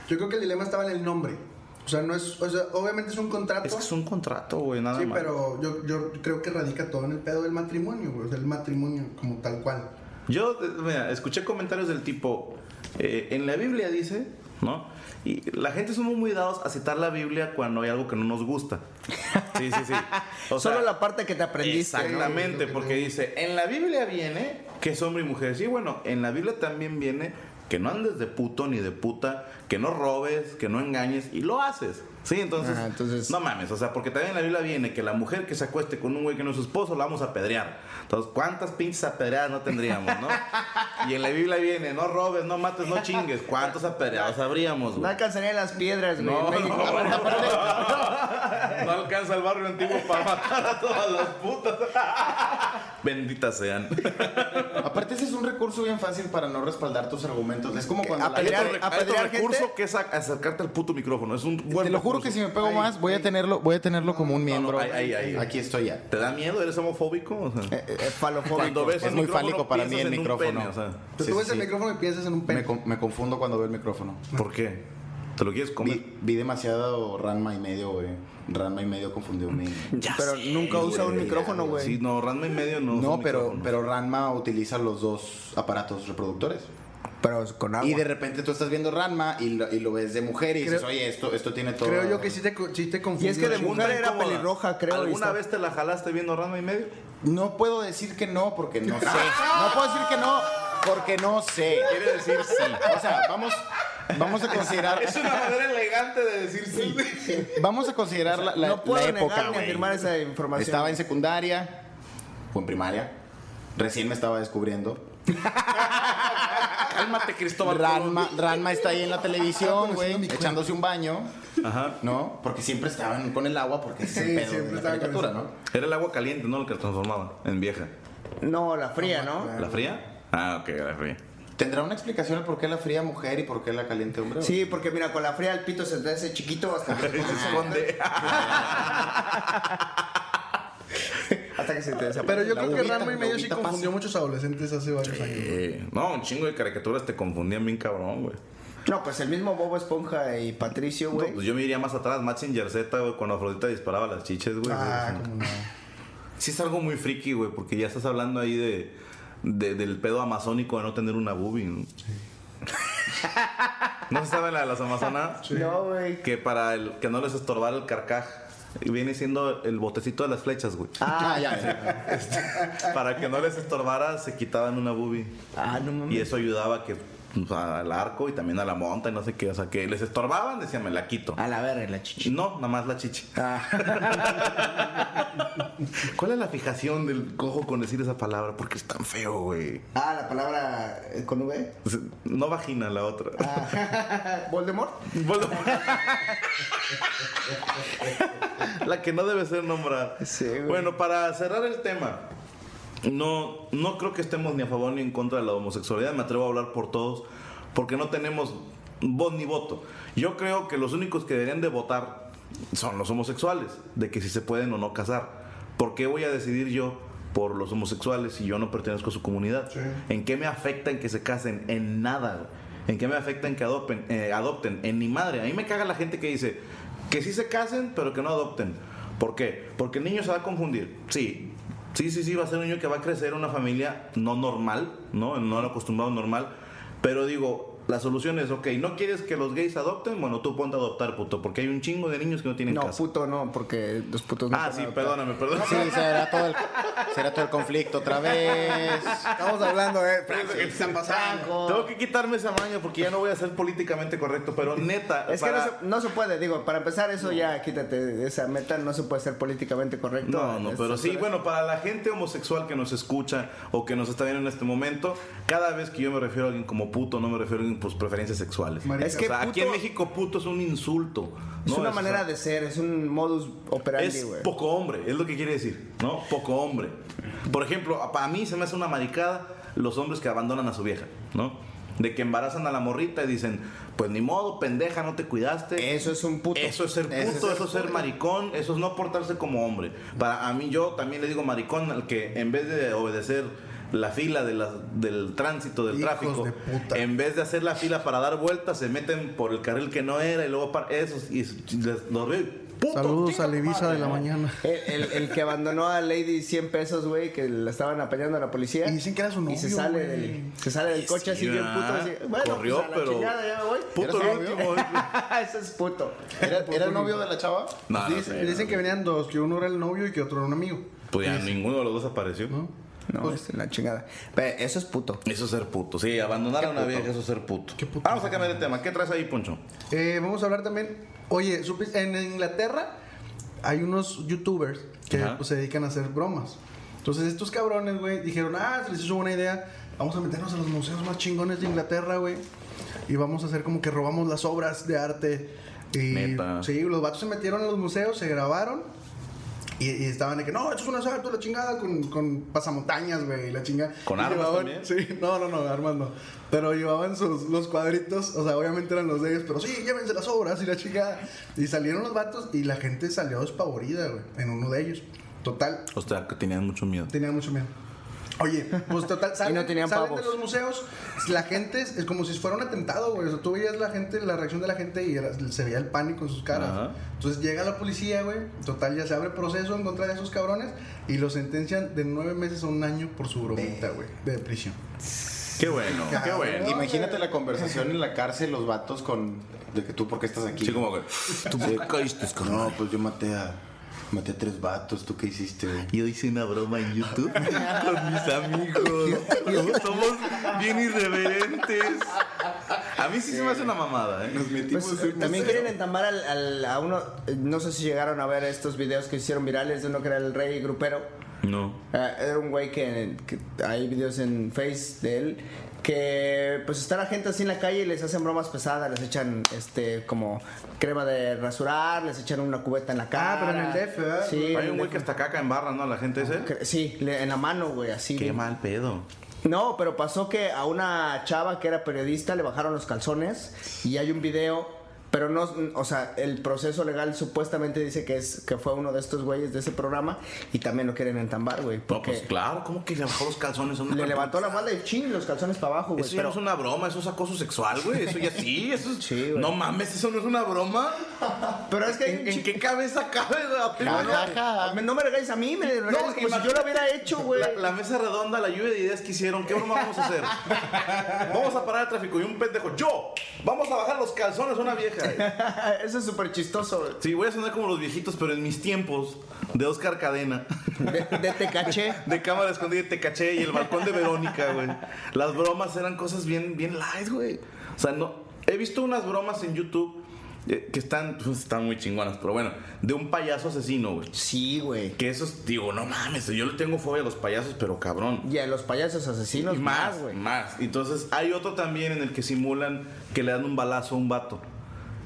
S6: yo creo que el dilema estaba en el nombre. O sea, no es, o sea, obviamente es un contrato.
S3: Es que es un contrato, güey, nada
S6: Ah, Sí,
S3: más.
S6: pero yo, yo creo que radica todo en el pedo del matrimonio, güey. O sea, el matrimonio como tal cual.
S3: Yo, eh, mira, escuché comentarios del tipo, eh, en la Biblia dice, ¿no? Y la gente somos muy dados a citar la Biblia cuando hay algo que no nos gusta. Sí, sí, sí. O sea,
S5: <laughs> solo la parte que te aprendiste. ¿no?
S3: Exactamente, porque dice, en la Biblia viene que es hombre y mujer. Sí, bueno, en la Biblia también viene que no andes de puto ni de puta, que no robes, que no engañes, y lo haces. Sí, entonces,
S5: Ajá, entonces-
S3: no mames, o sea, porque también en la Biblia viene que la mujer que se acueste con un güey que no es su esposo, la vamos a apedrear. Entonces, ¿cuántas pinches apedreadas no tendríamos, no? Y en la Biblia viene, no robes, no mates, no chingues. ¿Cuántos apedreados habríamos,
S5: No
S3: güey?
S5: alcanzarían las piedras, güey. en
S3: No, no,
S5: México.
S3: no, no. No alcanza el barrio antiguo para matar a todas las putas. <laughs> Benditas sean.
S4: Aparte, ese es un recurso bien fácil para no respaldar tus argumentos. Es como cuando. la
S5: Apedrear-
S3: Hay otro-
S4: gente-
S3: hay
S5: apedrear
S3: otro recurso
S5: gente.
S3: que es ac- acercarte al puto micrófono. Es un buen
S4: Te lo juro que si
S3: recurso.
S4: me pego más, voy a tenerlo, voy a tenerlo como un miembro.
S3: ahí, ahí, ahí.
S4: Aquí estoy ya. Eh,
S3: ¿Te da miedo? ¿Eres homofóbico? O sea,
S5: Eh, eh, falofóbico.
S3: cuando ves
S4: es
S3: el
S4: muy
S3: micrófono,
S4: fálico para mí
S3: piensas
S4: el
S3: en un
S4: micrófono.
S3: pene, o sea,
S6: Te
S4: Sí,
S6: subes
S4: sí.
S6: el micrófono y piensas en un
S4: me,
S6: pene.
S4: con- me confundo cuando veo el micrófono.
S3: ¿Por qué? ¿Te lo quieres comer?
S4: Vi, vi demasiado Ranma y medio, güey. Ranma y medio confundió mi.
S5: Pero nunca usa un micrófono, güey.
S3: Sí, no, Ranma y medio no.
S4: No,
S3: son
S4: pero,
S3: micrófonos.
S4: pero Ranma utiliza los dos aparatos reproductores.
S5: Pero con agua.
S4: Y de repente tú estás viendo Ranma y lo, y lo ves de mujer y dices,
S6: Creo-
S4: oye, esto, esto tiene todo.
S6: Creo yo que sí te, co- sí te
S5: Y es que de
S6: confundió.
S5: mujer era
S3: Incómoda.
S5: pelirroja, creo. y
S3: ¿Alguna
S5: está-
S3: vez te la jalaste viendo Ranma y medio?
S4: No puedo decir que no porque
S5: <laughs>
S4: no sé. No puedo decir que no porque no sé. Quiere decir
S3: <laughs>
S4: sí. O sea, vamos, vamos a considerar.
S3: una manera elegante de decir sí.
S4: Vamos a considerar la, la-
S5: no puedo
S4: la
S5: negar
S4: época,
S5: ni
S4: güey.
S5: afirmar esa información.
S4: Estaba en secundaria o en primaria. Recién me estaba descubriendo.
S3: <laughs> Cálmate, Cristóbal.
S4: Ranma, Ranma está ahí en la televisión, güey,
S6: Ah, mi cuerpo.
S4: echándose un baño,
S3: Ajá.
S4: ¿no? Porque siempre estaban con el agua, porque ese es
S6: Sí,
S4: el pedo
S6: siempre
S4: de la
S6: estaban con
S4: caricatura,
S6: eso.
S4: ¿no?
S3: Era el agua caliente, ¿no? Lo que transformaba en vieja.
S5: No, la fría, ¿no?
S3: ¿La fría? Ah, ok, la fría.
S4: ¿Tendrá una explicación el por qué la fría mujer y por qué la caliente hombre?
S5: Sí, porque mira, con la fría el pito se te hace chiquito hasta
S4: <laughs>
S5: que,
S3: Se esconde.
S5: hasta que se te desaparece.
S6: Pero yo
S4: La
S6: creo que
S4: uvita,
S6: Ranma y
S4: la
S6: medio sí
S4: uvita
S6: confundió
S4: pasa.
S6: muchos adolescentes hace varios años.
S3: Eh, no, un chingo de caricaturas te confundían bien cabrón, güey.
S5: No, pues el mismo Bobo Esponja y Patricio, güey.
S3: Pues yo me iría más atrás, Mazinger Z, güey, cuando Afrodita disparaba las chiches, güey.
S6: Ah,
S3: O sea,
S6: cómo no.
S3: <laughs> Sí es algo muy friki, güey, porque ya estás hablando ahí de, de- del pedo amazónico de no tener una boobie, ¿no? ¿No se sabe la de las amazonas?
S6: <laughs>
S4: pues,
S5: No, güey.
S3: Que para el, que no les estorbara el carcaj, viene siendo el botecito de las flechas,
S6: <laughs>
S3: güey.
S4: Ah, <laughs> ya, ya.
S3: Para que no les estorbara, se quitaban una boobie.
S5: <laughs> Ah, no
S3: Y
S5: mames.
S3: eso ayudaba a que pues, al arco y también a la monta y no sé qué. O sea, que les estorbaban, decían, me la quito.
S5: A la verga, la chichi.
S3: No, nada más la chichi.
S5: Ah.
S3: <laughs> ¿Cuál es la fijación del cojo con decir esa palabra? Porque es tan feo, güey.
S5: Ah, la palabra eh, con V.
S3: O sea, No vagina la otra.
S5: Ah. Voldemort.
S3: <laughs> Bueno. la que no debe ser nombrada.
S5: Sí, güey.
S3: bueno, para cerrar el tema. No, no creo que estemos ni a favor ni en contra de la homosexualidad. Me atrevo a hablar por todos porque no tenemos voz ni voto. Yo creo que los únicos que deberían de votar son los homosexuales, de que si se pueden o no casar. ¿Por qué voy a decidir yo por los homosexuales si yo no pertenezco a su comunidad?
S6: Sí.
S3: ¿En qué me afecta en que se casen? En nada. güey. ¿En qué me afecta en que adopten? eh, adopten? En mi madre. A mí me caga la gente que dice que sí se casen, pero que no adopten. ¿Por qué? Porque el niño se va a confundir. Sí. Sí, sí, sí, va a ser un niño que va a crecer en una familia no normal, ¿no? No lo acostumbrado normal. Pero digo, la solución es, ok, ¿no quieres que los gays adopten? Bueno, tú ponte a adoptar, puto, porque hay un chingo de niños que no tienen
S5: No,
S3: casa.
S5: puto no, porque los putos no.
S3: ah,
S5: son
S3: sí,
S5: adoptados.
S3: perdóname, perdóname.
S4: Sí, será todo el, será todo el conflicto otra vez.
S5: Estamos hablando eh, de Francisco
S3: <laughs> Tengo que quitarme esa maña porque ya no voy a ser políticamente correcto, pero neta.
S5: Es que
S3: para-
S5: no se, no se puede, digo, para empezar eso ya quítate de esa meta, no se puede ser políticamente correcto.
S3: No, no,
S5: Estas
S3: pero sí,
S5: horas.
S3: bueno, para la gente homosexual que nos escucha o que nos está viendo en este momento, cada vez que yo me refiero a alguien como puto, no me refiero a alguien por sus preferencias sexuales.
S6: Marica.
S5: Es que
S3: o sea, aquí en
S5: puto-
S3: México puto es un insulto.
S5: Es
S3: ¿no?
S5: una
S3: o
S5: manera
S3: sea,
S5: de ser, es un modus operandi,
S3: Es
S5: güey.
S3: poco hombre, es lo que quiere decir, ¿no? Poco hombre. Por ejemplo, para mí se me hace una maricada los hombres que abandonan a su vieja, ¿no? De que embarazan a la morrita y dicen, pues ni modo, pendeja, no te cuidaste.
S5: Eso es un puto.
S3: Eso es ser puto,
S5: Ese
S3: eso es ser,
S5: puto.
S3: maricón, eso es no portarse como hombre. Para a mí yo también le digo maricón al que en vez de obedecer la fila de la- del tránsito, del
S6: Hijos
S3: tráfico,
S6: de puta.
S3: en vez de hacer la fila para dar vueltas, se meten por el carril que no era y luego par- esos y les- los veo y, puto,
S6: Saludos
S3: chinga
S6: a
S3: tu
S6: Levisa
S3: madre,
S6: de la
S3: ¿no?
S6: mañana.
S5: El, el- el que abandonó a Lady 100 pesos, güey, que la estaban apañando a la policía.
S6: Y dicen que era su
S5: Y se
S6: novio,
S5: sale,
S6: güey.
S5: del, se sale del coche así
S3: Sí,
S5: bien puto.
S3: ¿verdad?
S5: Así, bueno,
S3: Este, Corrió,
S5: pues a la
S3: pero-
S5: chingada, ya me voy.
S3: Puto
S5: Era
S3: el
S5: su novio.
S3: último.
S5: <laughs> Ese es puto.
S4: ¿Era, era el novio de la chava?
S3: No, no
S6: dicen,
S3: sé, no
S6: dicen que
S3: sé.
S6: venían dos, que uno era el novio y que otro era un amigo.
S3: Pues ya ninguno de los dos apareció.
S5: No,
S4: Pues,
S5: es la chingada. Pero eso es puto.
S3: Eso es ser puto. Sí, abandonar a una vieja, eso es ser puto.
S6: Qué puto.
S3: Vamos a cambiar de tema. ¿Qué traes ahí, Poncho?
S6: Eh, vamos a hablar también. Oye, ¿supis- en Inglaterra hay unos youtubers que
S3: Ajá.
S6: pues, se dedican a hacer bromas. Entonces, estos cabrones, güey, dijeron, ah, se les hizo buena idea. Vamos a meternos a los museos más chingones de Inglaterra, güey. Y vamos a hacer como que robamos las obras de arte. Y,
S3: Neta.
S6: Sí, los vatos se metieron a los museos, se grabaron. Y, y estaban de que, no, esto es un asalto, la chingada, con, con pasamontañas, güey, y la chingada.
S3: ¿Con
S6: Y
S3: armas
S6: llevaban-
S3: también?
S6: Sí, no, no, no, armas no. Pero llevaban sus, los cuadritos, o sea, obviamente eran los de ellos, pero sí, llévense las obras y la chingada. Y salieron los vatos y la gente salió despavorida, güey, en uno de ellos. Total,
S3: O sea, que tenían mucho miedo.
S6: Tenían mucho miedo. Oye, pues
S5: <laughs>
S6: total, salen,
S5: no tenían
S6: salen
S5: pavos.
S6: de los museos, la gente es, es como si fuera un atentado, güey. O sea, tú veías la gente, la reacción de la gente y era- se veía el pánico en sus caras.
S3: Ajá.
S6: Entonces llega la policía, güey. Total, ya se abre proceso en contra de esos cabrones y los sentencian de nueve meses a un año por su bromita, güey, de prisión.
S3: Qué bueno, qué bueno.
S4: Imagínate la conversación en la cárcel, los vatos con. de que tú, ¿por qué estás aquí?
S3: Sí, como que. Tú
S4: Sí.
S3: me caíste, carnal.
S4: No, pues yo maté a. Maté a tres vatos, ¿tú qué hiciste, güey?
S3: Yo hice una broma en
S5: <laughs>
S3: YouTube con mis amigos. Somos bien irreverentes. A mí sí se me hace una mamada, ¿eh?
S4: Nos metimos
S5: Pues,
S4: en un
S5: también
S4: museo.
S5: quieren entambar al, al- a uno. eh, No sé si llegaron a ver estos videos que hicieron virales de uno que era el rey grupero.
S3: No.
S5: Ah, era un güey que, que hay videos en Face de él que pues está la gente así en la calle y les hacen bromas pesadas, les echan este como crema de rasurar, les echan una cubeta en la cara.
S6: Ah, pero en el DF, ¿verdad?
S5: Sí, en
S3: Hay
S5: el
S3: un güey que
S5: DF.
S3: hasta caca en barra, ¿no? La gente ese.
S5: Que- Sí, le- en la mano, güey, así.
S3: Qué
S5: güey.
S3: mal pedo.
S5: No, pero pasó que a una chava que era periodista le bajaron los calzones y hay un video, pero no, o sea, el proceso legal supuestamente dice que es que fue uno de estos güeyes de ese programa y también lo quieren entambar, güey,
S3: No,
S5: porque
S3: pues claro, ¿cómo que le bajó los calzones a una
S5: le
S3: persona?
S5: levantó la falda y ching, los calzones para abajo, güey.
S3: Eso ya
S5: pero-
S3: no es una broma, eso es acoso sexual, güey. Eso ya
S5: <laughs>
S3: sí, eso es.
S5: Sí, güey.
S3: no mames, eso no es una broma.
S5: Pero es que hay un
S3: ¿En, en
S5: chi-
S3: qué cabeza cabe la
S5: No, no, me- no me regáis a mí, me regáis como si yo lo hubiera hecho, güey.
S3: La, la mesa redonda, la lluvia de ideas que hicieron, ¿qué broma vamos a hacer? vamos a parar el tráfico y un pendejo, yo, vamos a bajar los calzones a una
S5: <laughs>
S3: vieja.
S5: <laughs> Eso es súper chistoso. güey.
S3: Sí, voy a sonar como los viejitos, pero en mis tiempos de Oscar Cadena.
S5: De, de te caché.
S3: De cámara escondida y te caché y el balcón de Verónica, güey. Las bromas eran cosas bien, bien light, güey. O sea, no. He visto unas bromas en YouTube eh, que están, pues, están muy chingonas, pero bueno, de un payaso asesino, güey.
S5: Sí, güey.
S3: Que esos, digo, no mames, yo le tengo fobia a los payasos, pero cabrón.
S5: Y a los payasos asesinos
S3: Y
S5: más,
S3: más,
S5: güey.
S3: más. Entonces, hay otro también en el que simulan que le dan un balazo a un vato.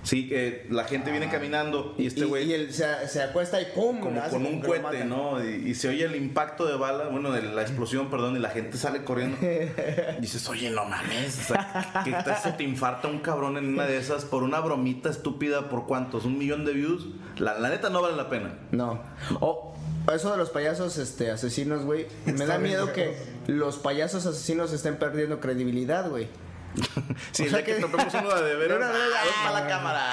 S3: Sí, que la gente viene caminando y este
S5: Y-
S3: güey
S5: Y, él se, se acuesta y pum.
S3: como
S5: hace
S3: con
S5: como
S3: un
S5: que lo
S3: cohete,
S5: mata.
S3: ¿no? Y, y se oye el impacto de bala, bueno, de la explosión, perdón, y la gente sale <laughs> corriendo. Y dices, oye, no mames, o sea, ¿qué tal si te infarta un cabrón en una de esas por una bromita estúpida por cuántos? ¿Un millón de views? La, la neta no vale la pena.
S5: No. O eso de los payasos este, asesinos, güey. Me da
S6: bien
S5: miedo
S6: feo.
S5: que los payasos asesinos estén perdiendo
S3: <laughs>
S5: credibilidad, güey.
S3: Si
S5: O
S3: es
S5: sea
S3: ya que,
S5: que-
S3: topemos uno de
S5: <laughs> De
S3: veras,
S5: una vez,
S3: ah, para la cámara.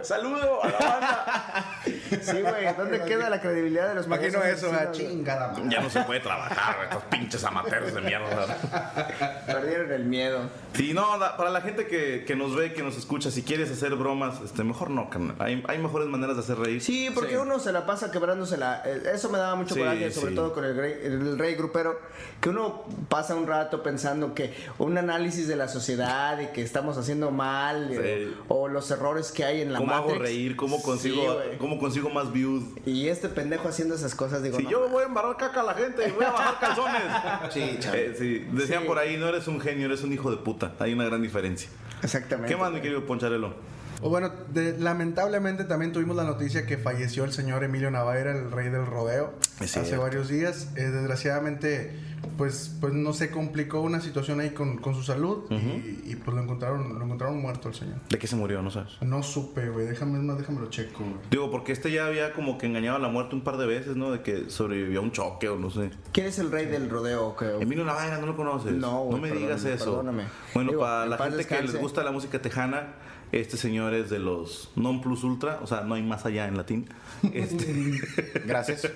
S3: Uh, Saludo a la banda.
S5: Sí, güey. ¿Dónde queda la credibilidad de los payasos
S6: Imagino eso, ah,
S5: asesinos? güey?
S6: chingada madre.
S3: Ya no se puede trabajar, güey, estos pinches amateurs de mierda.
S5: Perdieron el miedo.
S3: Sí, no, la- para la gente que, que nos ve, que nos escucha, si quieres hacer bromas, este, mejor no, carnal. Hay, hay mejores maneras de hacer reír.
S5: Sí, porque uno se la pasa quebrándose la... eh, Eso me daba mucho
S3: Sí,
S5: coraje, sobre
S3: sí.
S5: todo con el rey, el rey grupero, que uno pasa un rato pensando que un análisis de la sociedad y que estamos haciendo mal eh,
S3: Sí.
S5: o, los errores que hay en la
S3: ¿Cómo hago
S5: Matrix.
S3: reír? ¿Cómo
S5: Sí,
S3: consigo,
S5: güey.
S3: ¿cómo consigo más views?
S5: y este pendejo haciendo esas cosas, digo,
S3: Si
S5: no,
S3: yo voy a embarrar caca a la gente y voy a bajar
S5: <laughs>
S3: calzones.
S4: Sí, chavo.
S3: Eh, sí, decían
S5: Sí.
S3: por ahí, no eres un genio, eres un hijo de puta. Hay una gran diferencia.
S5: exactamente.
S3: ¿Qué más, mi querido Poncharelo?
S6: O bueno, de- lamentablemente también tuvimos la noticia que falleció el señor Emilio Navaira, el rey del rodeo,
S3: Es
S6: hace
S3: cierto.
S6: varios días. Eh, desgraciadamente pues, pues no se complicó una situación ahí con, con su salud y, y, pues lo encontraron, lo encontraron muerto el señor.
S3: ¿De qué se murió? No sabes.
S6: No supe, güey. Déjame, es más, déjamelo checo, güey.
S3: Digo, porque este ya había como que engañado a la muerte un par de veces, ¿no? De que sobrevivió a un choque o no sé.
S5: ¿Quién es el rey del rodeo? que-
S3: <laughs> Emilio Navaja, no lo conoces.
S5: No, güey,
S3: No me
S5: perdón,
S3: digas eso.
S5: perdóname.
S3: Bueno,
S5: Digo,
S3: para
S5: en
S3: la
S5: paz
S3: gente que
S5: descanse.
S3: les gusta la música tejana, este señor es de los non plus ultra, o sea, no hay más allá en
S5: <laughs>
S3: latín. Este,
S4: Gracias.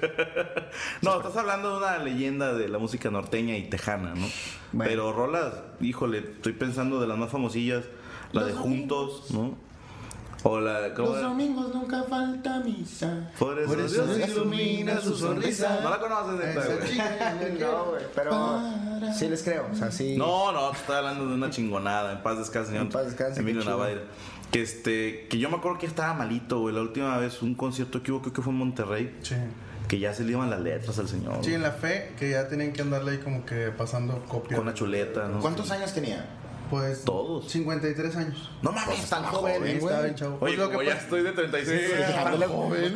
S3: no, estás hablando de una leyenda de la música norteña y tejana, ¿no?
S5: Bueno.
S3: Pero rolas, híjole, estoy pensando de las más famosillas, la de Juntos, ¿no? O la ¿cómo
S4: Los
S3: era?
S4: domingos nunca falta misa.
S3: Por eso,
S6: Por eso
S3: Dios
S6: Dios
S3: ilumina su sonrisa. No la conoces, neta, güey.
S5: <laughs> No, güey, pero sí les creo. O sea, sí.
S3: No, no, te estaba hablando de una chingonada. En paz descanse, señor.
S5: En paz descanse,
S3: Emilio
S5: qué chido.
S3: Navaira. Que este, que yo me acuerdo que estaba malito, güey. La última vez, un concierto que hubo, creo que fue en Monterrey,
S6: Sí.
S3: que ya se le iban las letras al señor.
S6: Sí, en la fe que ya tenían que andarle ahí como que pasando copia.
S3: Con la chuleta, ¿no?
S4: ¿Cuántos años tenía?
S6: Pues
S3: Todos.
S6: 53 años.
S3: No mames, tan joven.
S6: Sí,
S3: güey.
S6: estaba bien chavo.
S3: Oye,
S6: Pues lo que
S3: como ya
S6: pasa-
S3: estoy de 36.
S4: Tan joven.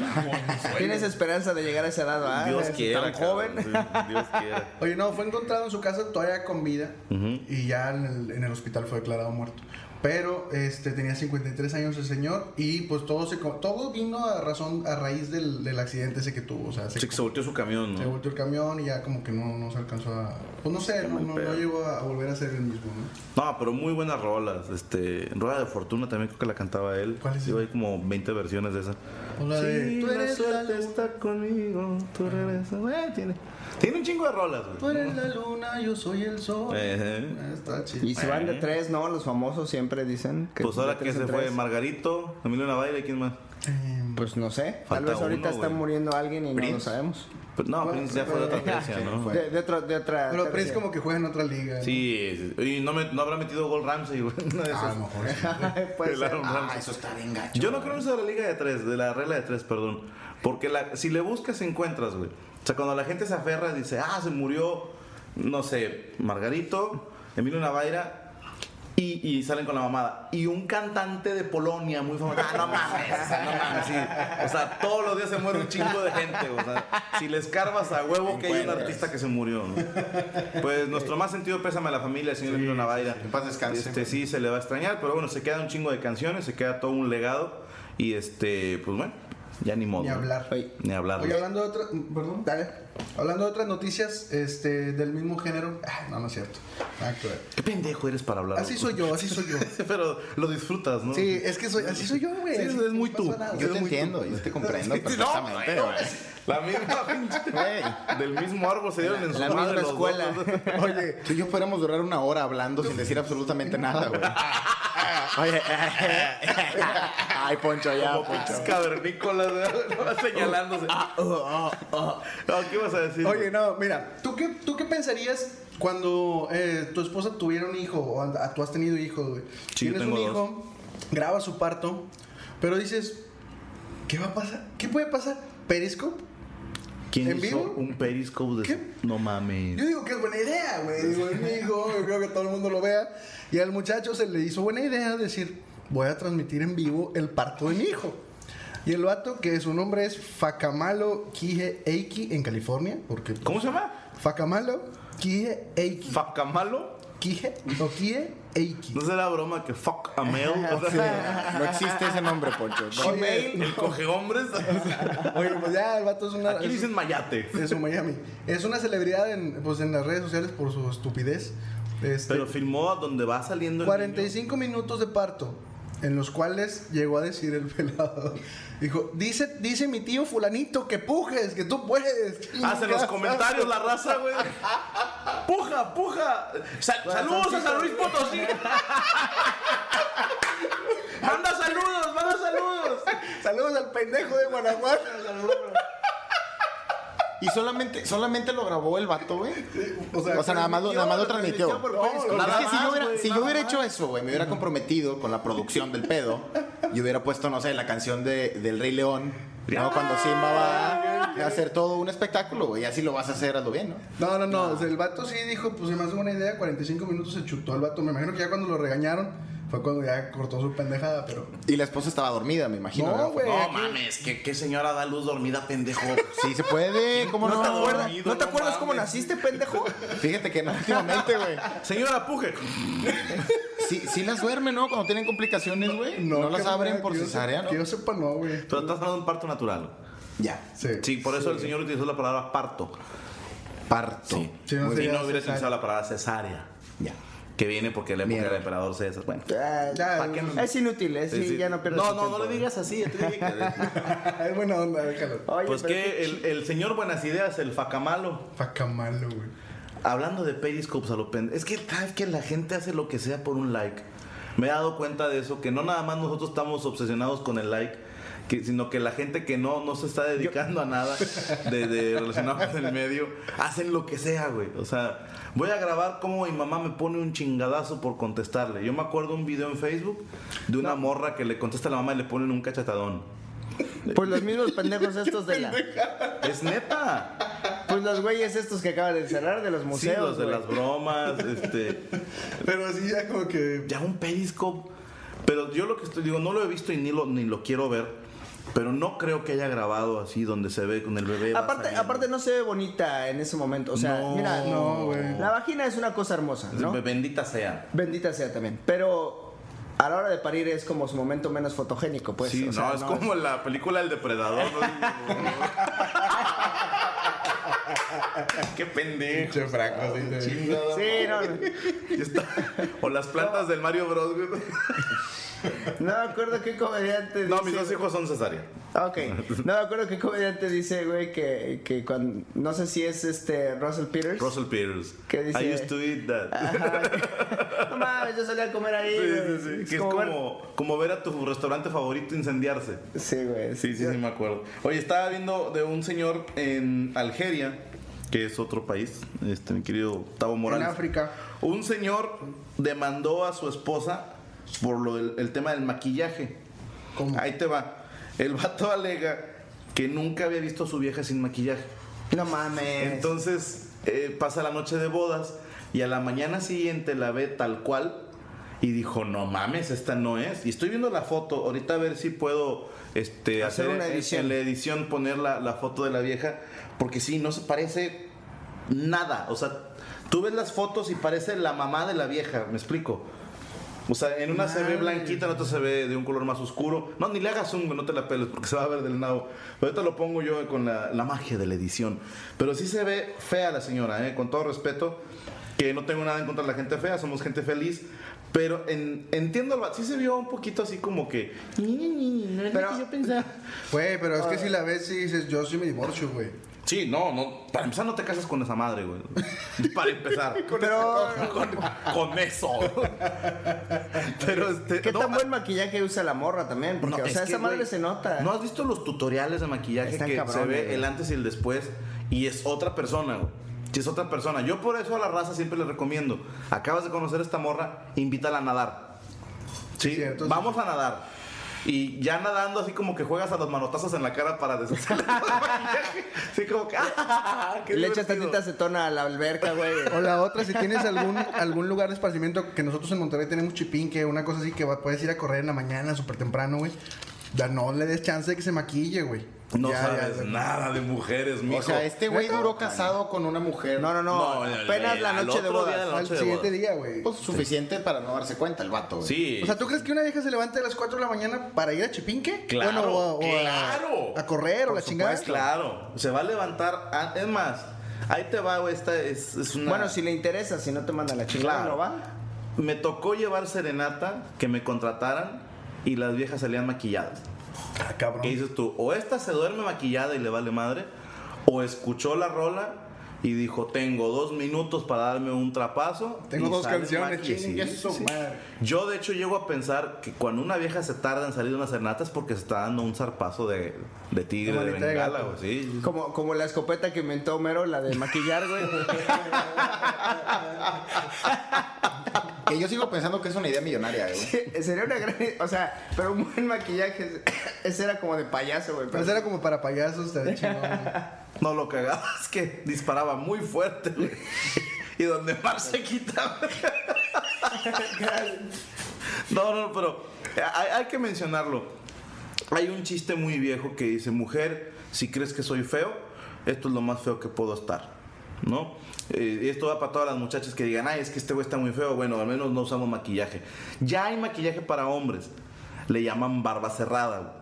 S5: Tienes esperanza de llegar a esa edad, ¿verdad?
S3: Dios
S5: Tan
S3: quiera. cabrón,
S5: joven.
S3: sí, Dios
S6: <laughs>
S3: quiera.
S6: Oye, no, fue encontrado en su casa todavía con vida
S3: Ujú.
S6: y ya en el, en el hospital fue declarado muerto. Pero este tenía 53 años el señor y pues todo se co- todo vino a razón a raíz del, del accidente ese que tuvo, o sea, se,
S3: Sí, que se volteó su camión,
S6: se
S3: ¿no?
S6: volteó el camión y ya como que no, no se alcanzó a pues no sé, no,
S3: mal
S6: no-
S3: pedo.
S6: no llegó a volver a ser el mismo, ¿no?
S3: No, pero muy buenas rolas. Este, Rueda de Fortuna también creo que la cantaba él.
S6: ¿Cuál es
S3: Yo
S6: esa?
S3: hay como 20 versiones de esa.
S6: O Pues la de tú eres la luna,
S3: está conmigo, tú regresas. Güey, tiene, tiene un chingo de rolas,
S6: tú eres la luna, yo soy el
S3: Eh,
S6: sol.
S3: Ejé.
S6: Ah, Está chido.
S5: Y si van de tres, ¿no? Los famosos siempre dicen que.
S3: Pues ahora
S5: de
S3: que
S5: tres
S3: se
S5: en
S3: fue
S5: tres.
S3: Margarito, Emilio Navaira, ¿y ¿quién más?
S5: Pues no sé. Tal
S3: Falta
S5: vez
S3: uno,
S5: ahorita está
S3: güey.
S5: muriendo alguien y no
S3: Prince.
S5: lo sabemos.
S3: Pues no,
S6: Bueno,
S3: Prince ya fue de otra iglesia, ¿no?
S5: De, de otra. De otra
S6: Pero Prince
S5: tercia.
S6: como que juega en otra liga. ¿no?
S3: Sí, sí. y no, me- no habrá metido gol Ramsey, güey. <laughs> una de
S6: A
S3: esas.
S6: lo mejor. sí.
S5: <laughs> Puede
S3: El
S5: ser.
S3: Aaron
S4: Ah,
S3: Ramsey.
S4: eso está bien gacho.
S3: Yo no creo en eso de la liga de tres, de la regla de tres, perdón. Porque la- si le buscas, encuentras, güey. O sea, cuando la gente se aferra y dice, ah, se murió, no sé, Margarito, Emilio Navaira, y, y salen con la mamada. Y un cantante de Polonia muy famoso, ah, no mames, o sea, no mames. sí. O sea, todos los días se muere un chingo de gente, o sea, si le escarbas a huevo que hay un
S4: Encuentras.
S3: artista que se murió, ¿no? Pues nuestro más sentido pésame a la familia del señor Emilio Navaira.
S4: sí. En paz descanse.
S3: Este, sí, se le va a extrañar, pero bueno, se queda un chingo de canciones, se queda todo un legado. Y este, pues bueno, ya ni modo.
S6: Ni
S3: ¿no?
S6: hablar.
S5: Oye,
S3: Ni hablar.
S6: Oye, hablando de otra, perdón, dale. Hablando de otras noticias, este, del mismo género. Ah, no, no es cierto. Nada que ver.
S3: Qué pendejo eres para hablar.
S6: Así soy yo, así soy yo.
S3: pero lo disfrutas, ¿no?
S6: Sí, es que soy, así soy yo, güey.
S3: Sí,
S6: Así
S3: es muy
S6: no
S3: tú.
S6: pasa nada.
S4: Yo te
S3: Es muy
S4: entiendo, yo
S3: <laughs>
S4: te comprendo perfectamente. güey.
S3: La misma <laughs> pinche-
S4: Güey,
S3: Del mismo árbol se dieron en su
S5: la
S3: madre
S5: misma
S3: los
S5: escuela. <laughs>
S3: dos.
S4: Oye, tú y yo podríamos durar una hora hablando sin decir absolutamente
S3: <laughs>
S4: nada, güey.
S5: <laughs>
S4: Oye, ay, Poncho, ya,
S5: pues,
S3: Como pinches cavernícolas, <laughs> ¿no? señalándose.
S5: Ah, oh,
S3: No, ¿Qué vas a decir?
S6: Oye, no, mira, ¿tú qué, tú qué pensarías cuando eh, tu esposa tuviera un hijo o and- tú has tenido hijos, güey?
S3: Sí, yo
S6: Tienes
S3: tengo
S6: un
S3: dos.
S6: hijo, grabas su parto, pero dices, ¿qué va a pasar? ¿Qué puede pasar? ¿Periscope?
S3: ¿Quién
S6: ¿En
S3: hizo
S6: vivo?
S3: un periscope de
S6: ¿Qué?
S3: No mames.
S6: Yo digo que es buena idea, güey. Digo, es mi hijo, yo creo que todo el mundo lo vea. Y al muchacho se le hizo buena idea decir, voy a transmitir en vivo el parto de mi hijo. Y el vato, que su nombre es Facamalo Kije Eiki en California, porque... pues,
S3: ¿Cómo se llama?
S6: Facamalo Kije Eiki.
S3: ¿Facamalo?
S6: Kije o Kije Eiki.
S3: ¿No será broma que fuck a
S5: <laughs>
S3: male? O sea,
S4: No existe ese nombre, Poncho. No.
S6: Oye,
S3: el coge hombres.
S6: oye, pues ya, el vato es una...
S3: Aquí
S6: es-
S3: dicen mayate.
S6: Es un Miami. Es una celebridad en, pues, en las redes sociales por su estupidez. Este,
S3: Pero filmó a donde va saliendo el
S6: 45 minutos de parto, en los cuales llegó a decir el <laughs> pelado. Dijo, dice, dice mi tío fulanito que pujes, que tú puedes.
S3: niño. Hacen Ah, los comentarios la raza, güey. ¡Puja, puja! Sal- ¡Saludos a San Luis Potosí! ¡Manda saludos, manda saludos!
S6: Saludos al pendejo de Guanajuato.
S4: Y solamente, solamente lo grabó el vato, güey. O sea, nada, más lo, nada más lo transmitió.
S6: por Facebook.
S4: No,
S3: Nada
S4: es que si
S3: más,
S4: yo hubiera,
S3: güey,
S4: si yo
S3: nada
S4: hubiera
S3: más.
S4: hecho eso, güey, me hubiera comprometido con la producción del pedo y hubiera puesto, no sé, la canción de, del Rey León. ¿no? Cuando Simba va a hacer todo un espectáculo, güey. Y así lo vas a hacer, hazlo bien, ¿no?
S6: No, no, no. o sea, el vato sí dijo, pues se me hace buena idea. 45 minutos se chutó al vato. Me imagino que ya cuando lo regañaron, Fue cuando ya cortó su pendejada, pero.
S4: Y la esposa estaba dormida, me imagino.
S6: No,
S4: ¿verdad?
S6: güey.
S3: No
S6: aquí-
S3: mames, que qué señora da luz dormida, pendejo.
S4: Sí, se puede. ¿Cómo no?
S5: ¿No te acuerdas,
S3: dormido,
S5: ¿no te
S3: no
S5: acuerdas cómo
S3: mames.
S5: naciste, pendejo?
S4: Fíjate que no, últimamente, güey.
S3: Señora Puje.
S4: Sí, sí las duermen, ¿no? Cuando tienen complicaciones, güey. No,
S6: que
S4: las abren por
S6: que yo
S4: cesárea,
S6: sepa-
S4: ¿no?
S6: Que yo sepa, no, güey.
S3: Pero estás hablando de un parto natural.
S4: Ya.
S6: Sí.
S3: Sí, por eso el señor utilizó la palabra parto.
S4: Parto.
S3: Sí.
S6: Sí, no
S3: Muy
S6: sería
S3: bien, no hubiera
S6: cesárea.
S3: utilizado la palabra cesárea.
S4: Ya.
S3: Que viene porque la época
S4: Mierda.
S3: del emperador César. Bueno.
S5: Ah,
S6: Ya,
S5: ¿pa' qué no? Es inútil, es,
S3: Sí, sí.
S5: ya no pierdes
S3: No,
S5: tu
S3: no, no
S5: tiempo.
S3: le
S5: <laughs>
S3: digas así. ya te dije que-
S6: es buena onda, déjalo.
S5: Oye,
S3: Pues
S5: pero
S3: que el, el señor Buenas Ideas, el facamalo,
S6: Facamalo, güey.
S3: hablando de Periscopes a lo pen- Es que sabes que la gente hace lo que sea por un like. Me he dado cuenta de eso, que no nada más nosotros estamos obsesionados con el like, que- sino que la gente que no, no se está dedicando a nada de, de relacionado con el medio, hacen lo que sea, güey. O sea, voy a grabar cómo mi mamá me pone un chingadazo por contestarle. Yo me acuerdo un video en Facebook de una morra que le contesta a la mamá y le ponen un cachetadón.
S5: Pues los mismos pendejos estos de la.
S3: Es neta.
S5: Pues los güeyes estos que acaban de cerrar de los
S3: Sí, los
S5: museos.
S3: de
S5: güey.
S3: las bromas, este,
S6: Pero así ya como que.
S3: ya un periscope. Pero yo lo que estoy, digo, no lo he visto y ni lo, ni lo quiero ver, pero no creo que haya grabado así donde se ve con el bebé. va
S5: Aparte,
S3: saliendo.
S5: aparte no se ve bonita en ese momento. O sea,
S3: No,
S5: mira,
S6: no, güey.
S5: la vagina es una cosa hermosa, ¿no?
S3: Bendita sea.
S5: Bendita sea también. Pero a la hora de parir es como su momento menos fotogénico, pues.
S3: sí,
S5: o
S3: no,
S5: sea,
S3: es como la película El Depredador. ¿no? Qué pendejo.
S6: Che, Franco, sí, sí.
S5: Sí, no, no.
S3: Ya está. O las plantas del Mario Bros. güey.
S5: No me acuerdo qué comediante
S3: No, mis
S5: dice-
S3: dos hijos son cesárea.
S5: Ok, no me acuerdo qué comediante dice, güey, que, que cuando. No sé si es este Russell Peters.
S3: Russell Pierce.
S5: ¿Qué dice?
S3: I used to eat that.
S5: Ajá. No mames, yo salía a comer ahí.
S3: <laughs> Sí,
S5: güey.
S3: sí, sí. Que es como, como ver a tu restaurante favorito incendiarse.
S5: ver- Sí, güey.
S3: Sí, sí, sí, me acuerdo. Oye, estaba viendo de un señor en Algeria, que es otro país, este, mi querido Tavo Morales.
S6: En África.
S3: Un señor demandó a su esposa por lo del, el tema del maquillaje.
S6: ¿Cómo?
S3: Ahí te va. El vato alega que nunca había visto a su vieja sin maquillaje.
S5: No mames.
S3: Entonces eh, pasa la noche de bodas y a la mañana siguiente la ve tal cual y dijo, no mames, esta no es. Y estoy viendo la foto, ahorita a ver si puedo este,
S5: Hacer
S3: hacer,
S5: una
S3: en-
S5: edición.
S3: en la edición poner la, la foto de la vieja, porque sí, no se parece nada. O sea, tú ves las fotos y parece la mamá de la vieja, me explico. O sea, en una se ve blanquita, en otra se ve de un color más oscuro. No, ni le hagas zoom, güey, no te la peles porque se va a ver del nabo. Pero ahorita lo pongo yo con la, la magia de la edición. Pero sí se ve fea la señora, ¿eh? con todo respeto. Que no tengo nada en contra de la gente fea, somos gente feliz. Pero en, entiendo, al va- sí se vio un poquito así como que. "Ni, ni, ni, ni, No es
S5: Pero-
S3: lo que yo pensaba.
S6: Güey, pero es que si la ves y dices, yo sí me divorcio, güey.
S3: <laughs> Sí, no, no. Para empezar, no te casas con esa madre, güey. Para empezar.
S5: Pero,
S3: <laughs> con, con eso. <laughs> Pero este.
S5: ¿qué
S3: no,
S5: tan buen maquillaje usa la morra también? Porque,
S3: No,
S5: o
S3: es
S5: sea,
S3: que,
S5: esa madre
S3: güey,
S5: se nota.
S3: ¿No has visto los tutoriales de maquillaje
S5: Están
S3: que se
S5: cabrones,
S3: ve
S5: güey.
S3: el antes y el después? Y es otra persona, güey. Si es otra persona. Yo por eso a la raza siempre les recomiendo. Acabas de conocer a esta morra, invítala a nadar. Sí,
S6: Sí, cierto, sí.
S3: vamos a nadar. Y ya nadando así como que juegas a los manotazos en la cara para deshacer el
S5: <laughs>
S3: maquillaje. Sí, como que... ¡ah, qué
S5: Le echas
S3: divertido!
S5: tantita acetona a la alberca, güey.
S3: <laughs>
S6: O la otra, si tienes algún, algún lugar de esparcimiento, que nosotros en Monterrey tenemos chipinque, una cosa así que va- puedes ir a correr en la mañana súper temprano, güey. Ya no le des chance de que se maquille, güey.
S3: No
S6: Ya,
S3: sabes
S6: ya, ya.
S3: nada de mujeres, mijo.
S4: O sea, este güey duró casado con una mujer.
S5: No, no, no.
S3: No, el-
S5: apenas la
S3: al
S5: noche de
S3: otro día
S5: bodas.
S3: la
S6: Al
S3: noche de
S6: siguiente
S3: bodas.
S6: día, güey.
S4: Pues suficiente para no darse cuenta el vato, güey.
S3: Sí.
S6: O sea, ¿tú crees que una vieja se levanta a las 4 de la mañana para ir a Chipinque?
S3: Claro,
S6: Bueno, o a, o a-
S3: claro.
S6: a correr o
S3: Por
S6: la chingada.
S3: supuesto, Claro, se va a levantar. a- Es más, ahí te va, güey, esta es, es una.
S5: Bueno, si le interesa, si no te manda la chingada,
S3: Claro.
S5: no va.
S3: Me tocó llevar serenata, que me contrataran y las viejas salían maquilladas.
S6: Ah, cabrón.
S3: ¿Qué dices tú? O esta se duerme maquillada y le vale madre, o escuchó la rola y dijo: Tengo dos minutos para darme un trapazo.
S6: Tengo
S3: y
S6: dos
S3: sale
S6: canciones,
S3: maquillada.
S6: chingue
S3: Sí,
S6: su
S3: sí.
S6: madre.
S3: Yo de hecho llego a pensar que cuando una vieja se tarda en salir de una serenata es porque se está dando un zarpazo de, de tigre,
S6: Una
S3: de
S6: manita de pues.
S3: bengala,
S6: gato.
S3: güey, sí, sí, sí.
S5: Como, como la escopeta que inventó Homero, la de maquillar, güey. <laughs>
S4: Que yo sigo pensando que es una idea millonaria, ¿eh? güey.
S5: Sería una gran. O sea, pero un buen maquillaje. <laughs> Ese era como de payaso, güey.
S6: Pero eso Pues era como para
S3: <laughs>
S6: payasos, está de chingón.
S3: No lo cagaba, es <laughs> que disparaba muy fuerte, güey. Y donde más se quitaba. No, no, pero eh, hay, hay que mencionarlo. Hay un chiste muy viejo que dice, mujer, si crees que soy feo, esto es lo más feo que puedo estar. ¿No? Eh, y esto va para todas las muchachas que digan, ay, es que este güey está muy feo. Bueno, al menos no usamos maquillaje. Ya hay maquillaje para hombres. Le llaman barba cerrada. güey.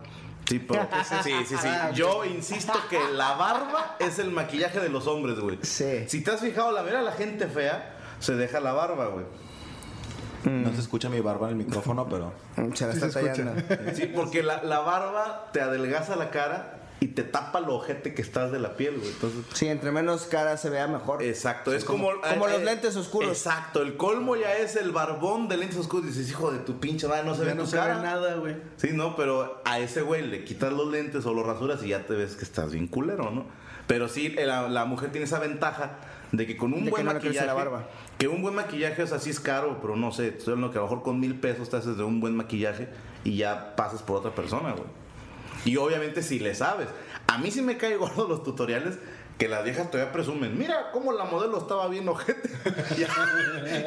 S3: Sí, pero- <laughs> sí, sí, sí. Yo insisto que la barba es el maquillaje de los hombres, güey.
S5: Sí.
S3: Si te has fijado, la mera la gente fea se deja la barba, güey.
S6: Mm.
S4: No se escucha mi barba en el micrófono, pero.
S5: Mm, Se la está tallando.
S3: <laughs> Sí, porque la, la barba te adelgaza la cara y te tapa lo ojete que estás de la piel, güey. Entonces,
S5: Sí, entre menos cara se vea mejor.
S3: exacto.
S5: Sí,
S3: es como,
S5: como
S3: eh,
S5: los
S3: eh,
S5: lentes oscuros.
S3: Exacto. El colmo ya es el barbón de lentes oscuros. Dices, hijo de tu pinche madre, no se
S6: Ya
S3: ve
S6: no
S3: tu
S6: se
S3: cara.
S6: ve nada, güey.
S3: Sí, no, pero a ese güey le quitas los lentes o los rasuras y ya te ves que estás bien culero, ¿no? Pero sí, eh, la, la mujer tiene esa ventaja de que con un
S5: De que
S3: buen
S5: no le crece
S3: maquillaje.
S5: la barba.
S3: Que un buen maquillaje, o sea, sí es caro, pero no sé. estoy hablando que a lo mejor con mil pesos te haces de un buen maquillaje y ya pasas por otra persona, güey. Y obviamente si le sabes. A mí sí me cae gordo los tutoriales que las viejas todavía presumen. Mira cómo la modelo estaba bien ojete. <laughs>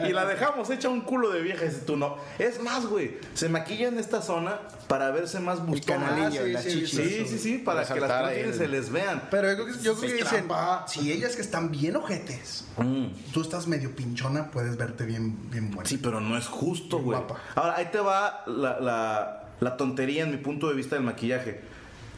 S3: y la dejamos hecha un culo de vieja. Dices tú no. Es más, güey. Se maquilla en esta zona para verse más bustona.
S5: canalillo,
S6: sí,
S5: las
S6: sí,
S5: chichis.
S3: Sí, sí, sí. Para que las
S4: Resaltar ahí
S3: mujeres
S4: el-
S3: se les vean.
S6: Pero yo creo que, yo creo
S4: Es
S6: que dicen,
S4: trampa.
S6: si ellas que están bien ojetes,
S3: Mm.
S6: tú estás medio pinchona, puedes verte bien, bien buena.
S3: Sí, pero no es justo, güey.
S6: Guapa.
S3: Ahora, ahí te va la, la- la tontería en mi punto de vista del maquillaje.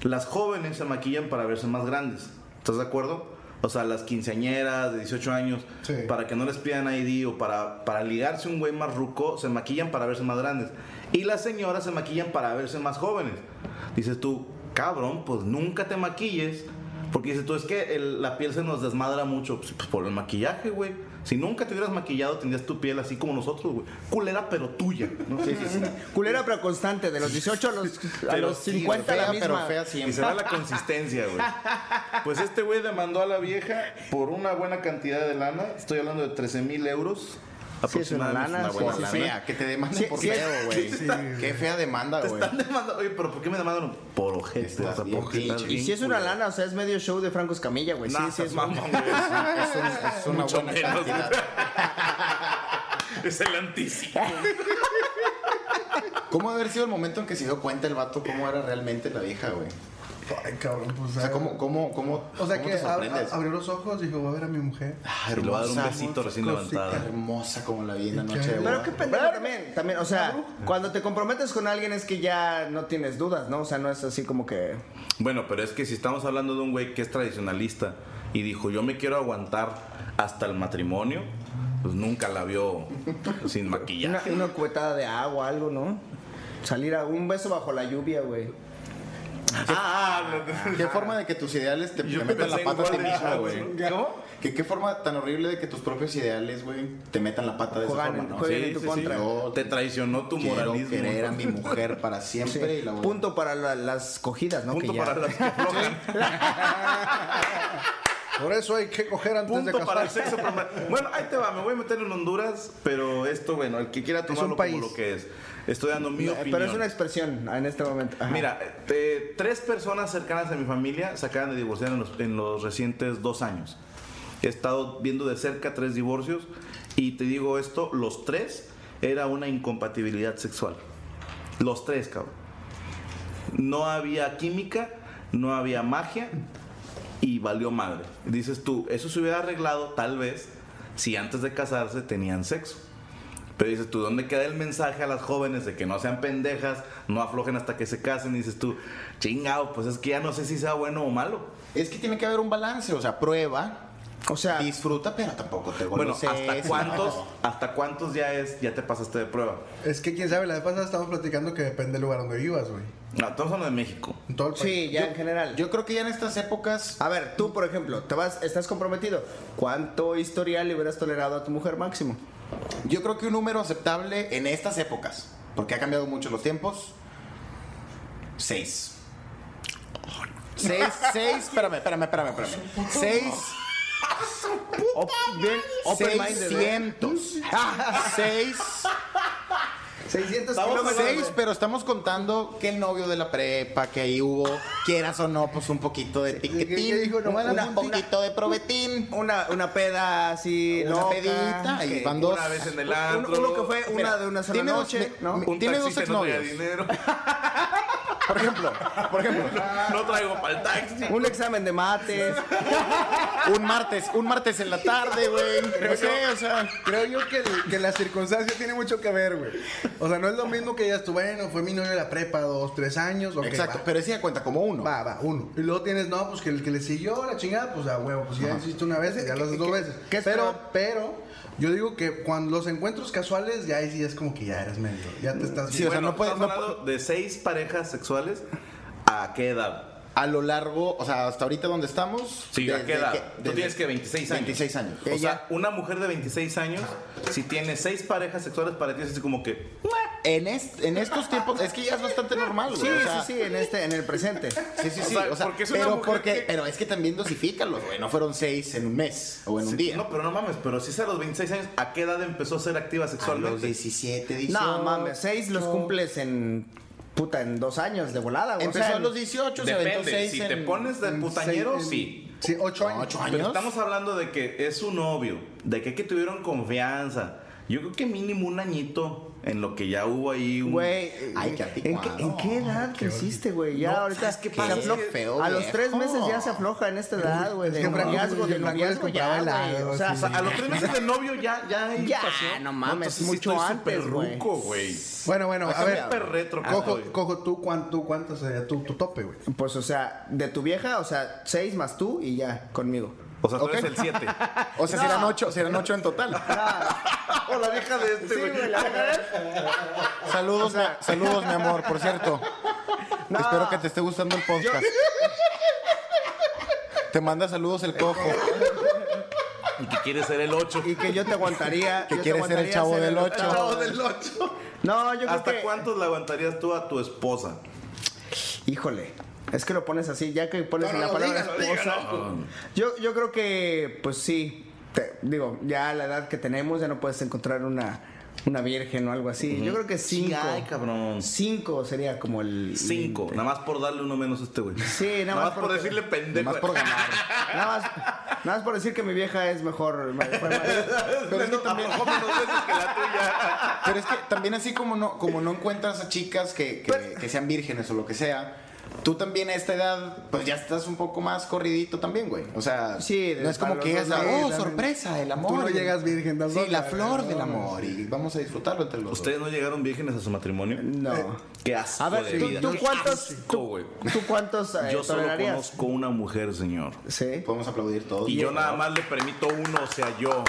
S3: Las jóvenes se maquillan para verse más grandes. ¿Estás de acuerdo? O sea, las quinceañeras de 18 años,
S6: Sí.
S3: para que no les pidan ID o para, para ligarse un güey más ruco, se maquillan para verse más grandes. Y las señoras se maquillan para verse más jóvenes. Dices tú, cabrón, pues nunca te maquilles. Porque dices tú, es que el- la piel se nos desmadra mucho pues, pues, por el maquillaje, güey. Si nunca te hubieras maquillado, tendrías tu piel así como nosotros, güey. Culera, pero tuya. ¿no?
S5: Culera pero constante, de los 18 a los, a
S3: Pero
S5: los
S3: sí,
S5: 50
S4: fea,
S5: la misma.
S4: pero fea
S3: Y se
S4: siempre.
S3: da la consistencia,
S5: <laughs>
S3: güey. Pues este güey demandó a la vieja por una buena cantidad de lana. Estoy hablando de 13 mil euros.
S5: Sí, es una
S3: Aproximadamente
S5: lana,
S3: es
S5: sí,
S3: buena
S5: sí,
S4: la
S3: lana.
S4: fea, que te demanden
S5: Sí,
S4: por
S5: sí,
S4: feo, güey. Qué fea demanda,
S3: Te
S4: güey.
S3: están demandando. Oye, pero ¿por qué me demandaron? Este, Por ojete.
S4: Estás
S3: O sea,
S4: Pues, bien
S3: porque
S4: Este, pinche.
S3: estás
S5: Y
S3: bien
S5: si es una
S3: culero.
S5: lana, o sea, es medio show de Franco Escamilla, güey.
S3: Nah,
S5: sí, sí,
S3: estás
S5: es
S3: mamón, güey.
S4: Es, un- es una buena
S3: menos.
S4: cantidad.
S3: Es el anticipo.
S4: ¿Cómo haber sido el momento en que se dio cuenta el vato cómo era realmente la vieja, güey?
S6: Ay, cabrón, pues.
S4: O sea, ¿cómo, cómo, cómo,
S6: O sea
S4: cómo
S6: que
S4: te
S6: ab-
S4: sorprendes?
S6: ab- abrió los ojos y dijo, voy a ver a mi mujer.
S4: Ah,
S3: Y le va a dar un
S4: hermosa,
S3: besito recién
S6: cosita.
S3: levantada.
S4: Hermosa como la vi en la
S6: ¿Qué?
S4: noche de
S5: Pero
S4: boda.
S5: qué pendejo también, también, o sea, cuando te comprometes con alguien es que ya no tienes dudas, ¿no? O sea, no es así como que...
S3: Bueno, pero es que si estamos hablando de un güey que es tradicionalista y dijo, yo me quiero aguantar hasta el matrimonio, pues nunca la vio sin maquillaje.
S5: Una, una cubetada de agua, algo, ¿no? Salir a un beso bajo la lluvia, güey.
S3: Ah,
S4: ¿Qué forma de que tus ideales te, te metan la
S3: pensé
S4: pata a ti
S3: igual de-
S4: misma, güey?
S5: ¿Cómo?
S4: ¿Qué, ¿Qué forma tan horrible de que tus propios ideales, güey, te metan la pata de esa
S5: Juegan
S4: forma,
S5: en-
S4: no?
S5: juegan en tu contra.
S4: Yo
S3: te traicionó tu
S4: quiero
S3: moralismo.
S4: querer a mi mujer para
S5: Sí.
S4: siempre y la voy a-
S5: Punto para la- las cogidas, ¿no?
S3: Punto
S5: Que ya-
S3: para las que aflojan.
S6: Por eso hay que coger antes de
S3: Punto
S6: casarse.
S3: para el sexo. profe- Bueno, ahí te va. Me voy a meter en Honduras, pero esto, bueno, el que quiera tomarlo como
S6: país.
S3: lo que es. Estoy dando mi
S5: No,
S3: opinión.
S5: Eh, Pero es una expresión en este momento. Ajá.
S3: Mira, eh, tres personas cercanas a mi familia se acaban de divorciar en los, en los recientes dos años. He estado viendo de cerca tres divorcios y te digo esto, los tres era una incompatibilidad sexual. Los tres, cabrón. No había química, no había magia y valió madre. Dices tú, eso se hubiera arreglado tal vez si antes de casarse tenían sexo. Pero dices tú, ¿dónde queda el mensaje a las jóvenes de que no sean pendejas, no aflojen hasta que se casen? Y dices tú, chingado, pues es que ya no sé si sea bueno o malo.
S4: Es que tiene que haber un balance, o sea, prueba,
S5: O sea,
S4: disfruta, pero tampoco te
S3: Bueno,
S4: golosees. <laughs>
S3: ¿hasta cuántos, hasta cuántos ya es, ya te pasaste de prueba?
S6: Es que quién sabe, la vez pasada estábamos platicando que depende del lugar donde vivas, güey.
S3: No, estamos hablando de México.
S6: En todo el país.
S5: sí, ya en general.
S4: Yo creo que ya en estas épocas
S5: a ver, tú, por ejemplo, te vas, estás comprometido. ¿Cuánto historial le hubieras tolerado a tu mujer máximo?
S4: Yo creo que un número aceptable en estas épocas, porque ha cambiado mucho los tiempos. Seis. Seis, seis, espérame, espérame, espérame, espérame. Seis,
S5: Op- bien open minded. ¿eh?
S4: seiscientos. Ah, Seis,
S5: 600
S3: Estamos
S5: kilómetros.
S4: Seis,
S5: güey.
S4: pero estamos contando que el novio de la prepa, que ahí hubo, quieras o no, pues un poquito de
S6: ¿qué- qué
S4: piquetín,
S6: dijo? No van a
S4: una- un
S6: punti-
S4: poquito de probetín,
S5: Una, una peda así,
S4: una
S5: loca,
S4: pedita, y
S5: que-
S4: van dos.
S3: Una vez en el
S5: Uno-
S3: antro.
S5: Uno que fue
S4: Mira,
S5: una de una sola
S4: tiene dos-
S5: noche,
S4: me-
S5: ¿no?
S4: me-
S3: Un
S4: tiene dos
S3: taxista no traía
S4: exnovios.
S3: dinero. <laughs>
S4: Por ejemplo,
S5: <laughs>
S4: por ejemplo,
S3: No traigo para el taxi.
S5: Un examen de mates.
S4: un martes, un martes en la tarde, güey. No sé, o sea.
S6: Creo yo que, el- que la circunstancia tiene mucho que ver, güey. O sea, no es lo mismo que digas tú, bueno, fue mi novio de la prepa, dos, tres años. ok,
S4: Exacto,
S6: va.
S4: pero ese ya cuenta como uno.
S6: Va, va, uno. Y luego tienes, no, pues que el que le siguió la chingada, pues a huevo, pues ya hiciste una vez, ya lo haces dos veces.
S5: qué es
S6: pero,
S5: peor?
S6: pero, yo digo que cuando los encuentros casuales, ya ahí sí es como que ya eres medio, ya te estás
S4: Sí, o sea,
S3: bueno,
S4: no puede-
S3: estamos
S4: no
S3: hablando de seis parejas sexuales. ¿A qué edad?
S4: A lo largo, o sea, hasta ahorita donde estamos.
S3: Sí, ¿a
S4: desde
S3: qué edad?
S4: que-
S3: Tú
S4: desde-
S3: tienes que 26 años.
S4: 26 años.
S3: O sea,
S4: Ella-
S3: una mujer de 26 años, si tiene seis parejas sexuales para ti, es así como que.
S4: En, est- en estos tiempos, es que ya es bastante normal, güey.
S5: Sí,
S4: o sea,
S5: sí, sí, en este, en el presente.
S4: Sí, sí,
S3: O
S4: sí.
S3: sea,
S4: o sea,
S3: porque es una
S4: pero,
S3: mujer
S4: porque,
S3: que-
S4: pero es que también dosifícalos, güey. No fueron seis en un mes o en un día.
S3: No, pues, pero no mames, pero si es a los 26 años, ¿a qué edad empezó a ser activa
S4: a los
S3: sexualmente?
S4: 17, 18.
S5: No, mames, seis los cumples en puta en dos años de volada, güey. O
S4: Empezó
S5: sea,
S4: a los 18, se aventó
S3: Depende,
S4: seis
S3: si
S4: en
S3: te pones de
S6: en
S3: putañero,
S6: seis- en-
S3: sí.
S6: Sí, ocho años.
S4: 8 años.
S3: Pero
S4: <laughs>
S3: estamos hablando de que es su novio, de que, que tuvieron confianza. Yo creo que mínimo un añito en lo que ya hubo ahí un...
S5: Güey,
S4: Ay, qué
S5: ¿en qué,
S4: anticuado.
S5: en qué edad creciste, güey? Ya
S4: No,
S5: ahorita
S4: ¿sabes qué
S5: se
S4: pasa?
S5: aflo-
S4: Es que- feo,
S5: A los tres
S4: viejo.
S5: meses ya se afloja en esta edad, güey,
S6: Es
S5: de
S6: que Franco-
S5: noviazgo, de
S6: Franco les
S5: noviazgo
S6: compraba
S5: ya, güey.
S6: helado,
S5: O sea,
S6: así.
S3: O sea, a los tres meses de novio ya, ya hay
S5: Ya,
S3: pasión.
S5: no mames,
S3: entonces sí
S5: mucho
S3: estoy
S5: antes,
S3: súper
S5: güey.
S3: ruco, güey.
S6: Bueno, bueno, a
S3: Está
S6: ver.
S3: súper retro,
S6: cojo,
S3: güey.
S6: cojo, tú, ¿cuánto, tú cuánto sería tu, tu tope, güey?
S5: pues, o sea, de tu vieja, o sea, seis más tú y ya, conmigo.
S3: O sea, tú
S4: Ok.
S3: eres el 7.
S4: O sea, serán 8, serán 8 en total.
S3: o la vieja de este,
S5: Sí, güey, la verdad.
S4: Saludos, mi- saludos, mi amor, por cierto. Espero que te esté gustando el podcast. Te manda saludos el cojo.
S3: Y que quiere ser el 8.
S5: Y que yo te aguantaría.
S4: Que
S5: yo te
S4: quiere ser el
S5: aguantaría
S4: chavo
S5: ser
S4: del
S5: el-
S4: ocho.
S3: del 8.
S5: No, yo creo
S3: ¿Hasta
S5: que-
S3: cuántos la aguantarías tú a tu esposa?
S5: Híjole, es que lo pones así, ya que pones
S6: No, no,
S5: la
S6: no,
S5: palabra
S6: dígalo,
S5: esposa. Yo, yo creo que, pues sí, te- digo, ya a la edad que tenemos ya no puedes encontrar una, una virgen o algo así. Yo creo que
S3: Sí,
S5: cinco.
S3: ay, cabrón.
S5: Cinco sería como el.
S3: 5.
S5: límite.
S3: Nada más por darle uno menos a este güey.
S5: Sí, nada
S3: nada
S5: más
S3: más por,
S5: porque-
S3: decirle pendejo.
S4: Nomás
S3: <laughs>
S4: por ganar.
S5: Nada más, nada más por decir que mi vieja es mejor. ma- fue
S3: <laughs>
S5: ma-
S4: Pero es que también-
S3: Aflojó menos veces que la tuya.
S4: Pero es que también así como no, como no encuentras a chicas que, que- que sean vírgenes o lo que sea, tú también a esta edad, pues ya estás un poco más corridito también, güey. O sea,
S5: Sí,
S4: no es como
S5: para
S4: que
S5: los
S4: llegas
S5: dos
S4: a,
S5: lados,
S4: oh,
S5: también.
S4: sorpresa, el amor.
S6: Tú no
S4: güey".
S6: llegas virgen tampoco,
S4: Sí, la
S6: güey,
S4: flor
S6: no,
S4: del
S6: no.
S4: amor y vamos a disfrutarlo entre los
S3: ¿Ustedes no llegaron vírgenes a su matrimonio?
S5: No.
S3: Qué asco
S5: A ver,
S3: de
S5: ¿tú-
S3: vida.
S5: tú cuántos-
S3: Asco,
S5: tú-
S3: güey.
S5: ¿Tú cuántos eh,
S3: Yo solo
S5: tolerarías?
S3: conozco una mujer, señor.
S5: Sí.
S4: dos. Podemos aplaudir todos.
S3: Y yo
S4: ¿no?
S3: nada más le permito uno, o sea, yo.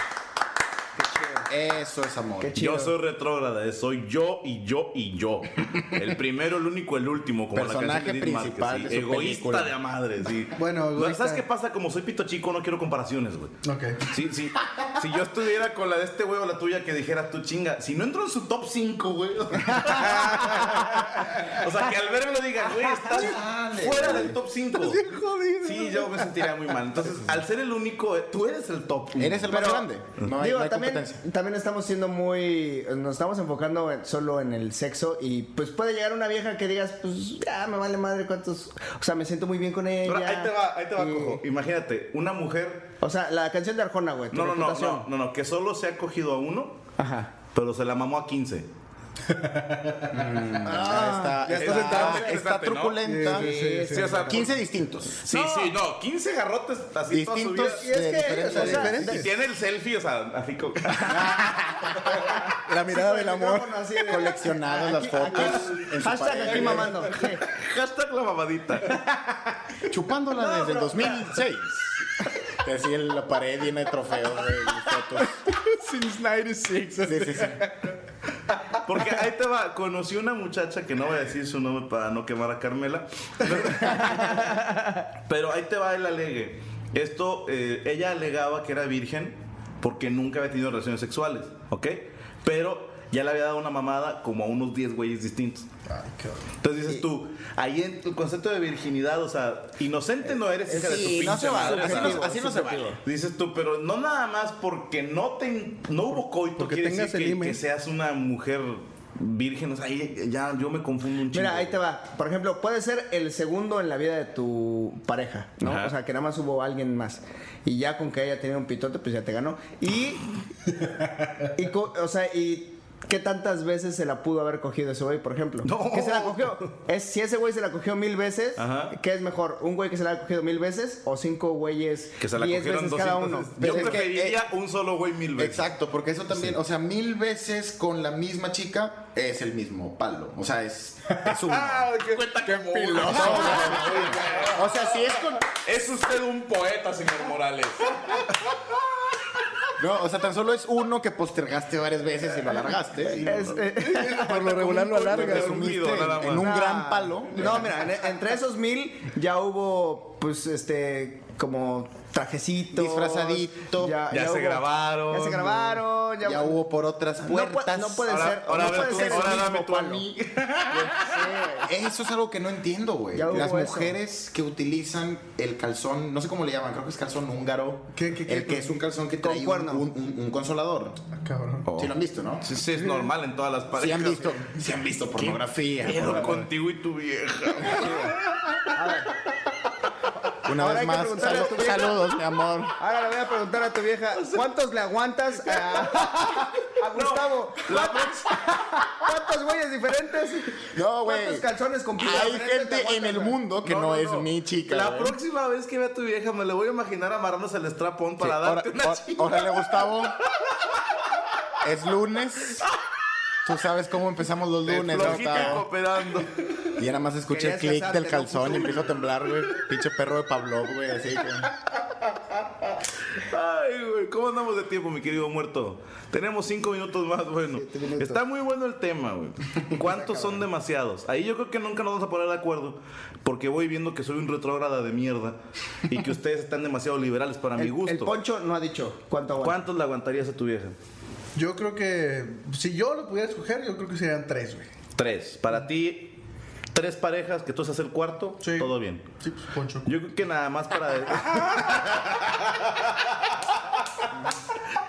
S4: Eso es amor.
S5: Qué
S3: Yo
S5: Chido.
S3: soy retrógrada, eh, soy yo y yo y yo. El primero, el único, el último, como la
S4: Personaje
S3: canción de Edith Márquez,
S4: principal
S3: sí.
S4: de su
S3: Egoísta
S4: película.
S3: de a madre, sí.
S6: Bueno,
S3: No,
S6: egoísta.
S3: ¿Sabes qué pasa? Como soy pito chico, no quiero comparaciones, güey.
S6: Ok.
S3: Sí, sí. Si yo estuviera con la de este güey o la tuya que dijeras tú, chinga, si no entro en su top 5, güey. <laughs> o sea, que al verme lo digan, güey, estás fuera del top 5. Sí, yo me sentiría muy mal. Entonces, al ser el único, eh, tú eres el top. uno.
S4: Eres el más grande. No hay,
S5: Digo,
S4: no hay
S5: también,
S4: competencia.
S5: también estamos siendo muy. Nos estamos enfocando en- solo en el sexo. Y pues puede llegar una vieja que digas, pues ya me vale madre cuántos. O sea, me siento muy bien con ella.
S3: Ahora, ahí te va, ahí te va,
S5: Y-
S3: cojo. Imagínate, una mujer.
S5: O sea, la canción de Arjona, güey. tu
S3: No, no, no,
S5: reputación.
S3: no, no, no, que solo se ha cogido a uno,
S5: Ajá.
S3: pero se la mamó a 15.
S4: Ah,
S3: ya está
S4: está, está,
S3: sentado.
S4: está
S3: Interesante, ¿no?
S4: truculenta.
S6: Sí, sí, sí,
S4: Sí, o sea,
S3: sí.
S4: 15 distintos.
S3: Sí, sí, no, 15 garrotes así toda
S4: Distintos
S3: su
S5: Y es
S4: de
S5: que,
S4: diferentes-
S5: o sea,
S4: de
S3: vida. Y
S4: diferentes.
S3: tiene el selfie, o sea, así como. <laughs>
S4: La mirada del amor.
S5: micrófono así de-
S4: Coleccionadas las
S5: Aquí- aquí-
S4: fotos. en su
S5: hashtag
S4: pared.
S5: aquí mamando. Sí.
S3: Hashtag la mamadita.
S4: Chupándola desde el 2006. Así en la pared llena de trofeos, güey, y
S5: <laughs>
S4: fotos.
S3: Since 96.
S4: Sí, sí, sí.
S3: Porque ahí te va, conocí una muchacha que no voy a decir su nombre para no quemar a Carmela. Pero ahí te va el alegue. Esto, eh, ella alegaba que era virgen porque nunca había tenido relaciones sexuales, ¿ok? Pero ya le había dado una mamada como a unos 10 güeyes distintos.
S6: Ay, qué horror.
S3: Entonces dices tú, ahí en tu concepto de virginidad, o sea, inocente no eres, hija de tu
S4: Eh, Sí,
S3: pinche
S4: no se
S3: madre,
S4: vale. Así
S3: ¿sabes?
S4: no, así no se vale.
S3: Dices tú, pero no nada más porque no, te, no hubo coito,
S6: Porque
S3: quiere
S6: tengas
S3: decir
S6: el
S3: que,
S6: himen.
S3: que seas una mujer vírgenes. Ahí ya yo me confundo un chingo.
S5: Mira, ahí te va. Por ejemplo, puede ser el segundo en la vida de tu pareja, ¿no?
S3: Ajá.
S5: O sea, que nada más hubo alguien más. Y ya con que haya tenido un pitote, pues ya te ganó. Y. y co- o sea, y. ¿Qué tantas veces se la pudo haber cogido ese güey, por ejemplo?
S3: No.
S5: ¿Qué se la cogió? Es, si ese güey se la cogió mil veces,
S3: Ajá.
S5: ¿qué es mejor? ¿Un güey que se la ha cogido mil veces o cinco güeyes
S3: Que se la
S5: diez
S3: cogieron
S5: veces cada
S3: 200
S5: uno?
S3: veces.
S5: Pues
S4: Pero es
S3: Yo
S4: que,
S5: eh,
S3: preferiría un solo güey mil veces.
S4: Exacto, porque eso también, o sea, mil veces con la misma chica es el mismo palo. O sea, es, es
S5: <laughs>
S4: uno.
S7: Cuenta que
S4: No, o sea, si es con.
S7: Es usted un poeta, señor Morales.
S4: No, o sea, tan solo es uno que postergaste varias veces y lo alargaste. y-
S5: Es- eh, <laughs>
S6: Por lo regular lo alargas.
S3: resumido, nada más.
S4: en un
S5: Ah.
S4: gran palo.
S5: No, mira, en- entre esos mil ya hubo, pues, este, como trajecito.
S4: Disfrazadito.
S3: Ya se grabaron.
S5: Ya se grabaron. Ya,
S4: Ya hubo por otras
S5: No pu-
S4: puertas.
S5: No, puede
S3: Ahora-
S5: ser.
S3: ahora
S5: no puede
S3: tú-
S5: ser el
S3: ahora dame
S5: mismo
S3: tú a
S5: palo.
S3: mí.
S4: Eso es algo que no entiendo, güey.
S5: Ya hubo
S4: Las
S5: eso.
S4: mujeres que utilizan el calzón, no sé cómo le llaman, creo que es calzón húngaro.
S6: ¿Qué, qué, qué?
S4: El que es un calzón que
S5: Con
S4: trae un,
S5: cuerno. Oh.
S4: un- un- un consolador.
S6: Ah, cabrón.
S3: Oh.
S4: Si lo han visto, ¿no?
S3: Sí, sí, es normal en todas las parejas.
S4: Si han visto, si han visto pornografía.
S3: Pero
S4: pornografía.
S3: contigo y tu vieja.
S4: Una vez
S5: Ahora hay que
S4: más,
S5: preguntarle
S4: salu-
S5: a tu vieja.
S4: saludos, mi amor.
S5: <laughs> Ahora le voy a preguntar a
S3: <laughs>
S5: tu vieja, ¿cuántos le aguantas a, a Gustavo? <laughs> ¿Cuántos güeyes diferentes?
S4: No, güey.
S5: ¿Cuántos calzones con pila
S4: Hay
S5: diferentes le
S4: gente en el
S5: aguantas, güey?
S4: mundo que no, es mi chica.
S3: La
S4: güey.
S3: próxima vez que vea a tu vieja, me le voy a imaginar amarrándose el strapón para
S4: Sí,
S3: darte
S4: ora-
S3: una
S4: or-
S3: chica.
S4: Órale, Gustavo. Es lunes. Tú sabes cómo empezamos los lunes, ¿no,
S3: Flojita y
S4: Gustavo?
S3: cooperando.
S4: Y nada más escuché el
S5: Querías
S4: clic del
S5: casarte, ¿no,
S4: calzón y
S5: puto?
S4: empiezo a temblar, güey. Pinche perro de Pablo, güey, así que-
S3: Ay, güey, ¿cómo andamos de tiempo, mi querido muerto? Tenemos cinco minutos más, bueno. Está muy bueno el tema,
S5: <laughs>
S3: güey. ¿Cuántos son demasiados? Ahí yo creo que nunca nos vamos a poner de acuerdo, porque voy viendo que soy un retrógrada de mierda y que ustedes están demasiado liberales para mi
S5: <laughs> El, el
S3: gusto.
S5: poncho no ha dicho cuánto aguanta.
S3: ¿Cuántos le aguantarías a tu vieja?
S6: Yo creo que si yo lo pudiera escoger, yo creo que serían tres, güey.
S3: Tres. Para ti, tres parejas, que tú seas el cuarto,
S6: Sí.
S3: todo bien.
S6: Sí, pues
S3: <laughs>
S6: Poncho.
S3: Yo creo que nada más para.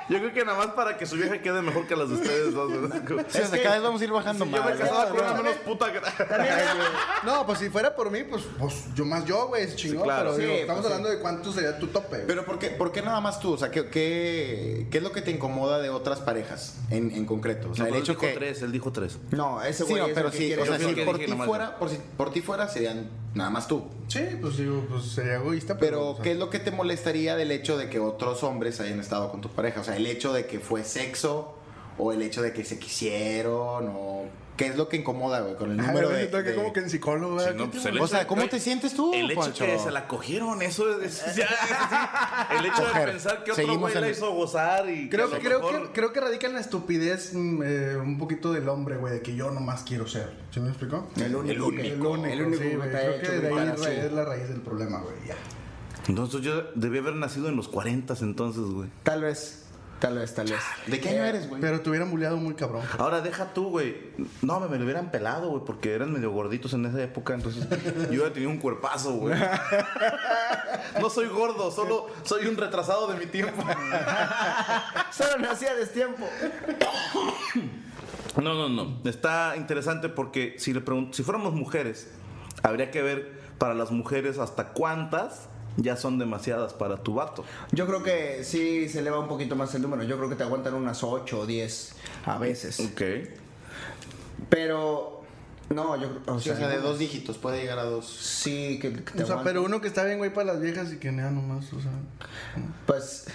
S3: Yo creo que nada más para que su vieja quede mejor que las de ustedes dos. ¿verdad?
S4: Sí, hasta cada vez vamos a ir bajando
S3: Yo me
S4: más.
S3: casaba con una menos puta que-
S6: No, pues si fuera por mí, pues, pues yo más yo, güey, es chingón.
S3: Sí, claro.
S6: Pero digo,
S5: Sí,
S6: estamos
S5: pues,
S6: hablando de cuánto sería tu tope, güey.
S4: Pero ¿por qué, por qué nada más tú? O sea, ¿qué, qué, qué es lo que te incomoda de otras parejas en, en concreto? O sea,
S3: No,
S4: el
S3: él
S4: hecho
S3: dijo
S4: que...
S3: tres, él dijo tres.
S5: No, ese
S4: Sí,
S5: güey
S4: no,
S5: es
S4: pero
S5: el que
S4: sí,
S5: quiere.
S4: o sea,
S3: Yo
S4: si
S3: creo que
S4: por
S3: dije
S4: ti
S3: nomás
S4: fuera, por si- por ti fuera serían nada más tú.
S6: Sí, pues digo, pues sería egoísta, pero.
S4: Pero,
S6: o sea, <laughs>
S4: ¿qué es lo que te molestaría del hecho de que otros hombres hayan estado con tu pareja? O sea, el hecho de que fue sexo o el hecho de que se quisieron o... ¿Qué es lo que incomoda, güey,
S6: <laughs>
S4: con el
S6: Ah,
S4: número
S6: me
S4: de...?
S6: siento que
S4: de-
S6: como que en psicólogo, güey.
S3: no,
S6: ¿Qué
S3: pues
S6: te-
S3: el
S4: O
S3: hecho
S4: sea,
S3: de-
S4: ¿cómo te sientes tú,
S3: El hecho
S4: Uh, Poncho?
S3: que se la cogieron, eso es. es- ya, es así. El hecho
S4: Coger.
S3: de pensar que otro
S4: Seguimos
S3: güey
S4: en
S3: la
S4: el-
S3: hizo gozar y.
S6: Creo,
S3: a lo
S6: creo,
S3: mejor-
S6: que, creo que radica en la estupidez mm, eh, un poquito del hombre, güey, de que yo nomás quiero ser. ¿Sí me explicó?
S5: El único. que-
S6: El único,
S5: el único
S6: sí,
S5: que
S6: güey.
S5: te ha
S6: Creo
S5: hecho
S6: que de ahí
S5: brincar
S6: ra-
S5: así.
S6: es la raíz del problema, güey. Ya.
S3: Entonces yo debí haber nacido en los 40 entonces, güey.
S5: Tal vez, tal vez, tal vez.
S4: ¿De qué año eres, güey?
S6: Pero te hubieran buleado muy cabrón.
S3: Ahora deja tú, güey. No, me, me lo hubieran pelado, güey, porque eran medio gorditos en esa época, entonces yo hubiera tenido un cuerpazo, güey. No soy gordo, solo soy un retrasado de mi tiempo.
S5: <laughs> Solo nací a destiempo.
S3: No, no, no. Está interesante porque si le pregun- si fuéramos mujeres, habría que ver para las mujeres hasta cuántas ya son demasiadas para tu vato.
S5: Yo creo que sí se eleva un poquito más el número. Yo creo que te aguantan unas 8 o 10 a veces.
S3: Ok.
S5: Pero, no, yo creo. O
S4: Sí, o
S5: sea,
S4: sea, de dos dígitos, puede llegar a dos.
S5: Sí, que, que te
S6: O sea,
S5: aguantan.
S6: pero uno que está bien, güey, para las viejas y que nada nomás, o sea.
S5: Pues.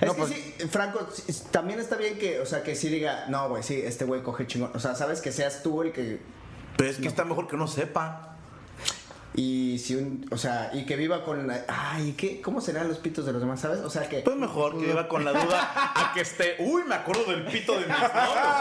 S5: Es
S4: No,
S5: que
S4: pues-
S5: sí, Franco, sí, es- también está bien que, o sea, que sí diga, no, güey, sí, este güey coge chingón. O sea, sabes que seas tú el que.
S3: Pero es que está mejor que no sepa.
S5: Y si un. O sea, y que viva con la. Ay, ¿qué? ¿Cómo serán los pitos de los demás, sabes? O sea, que.
S3: Pues mejor que iba con la duda a que esté. Uy, me acuerdo del pito de mis novios.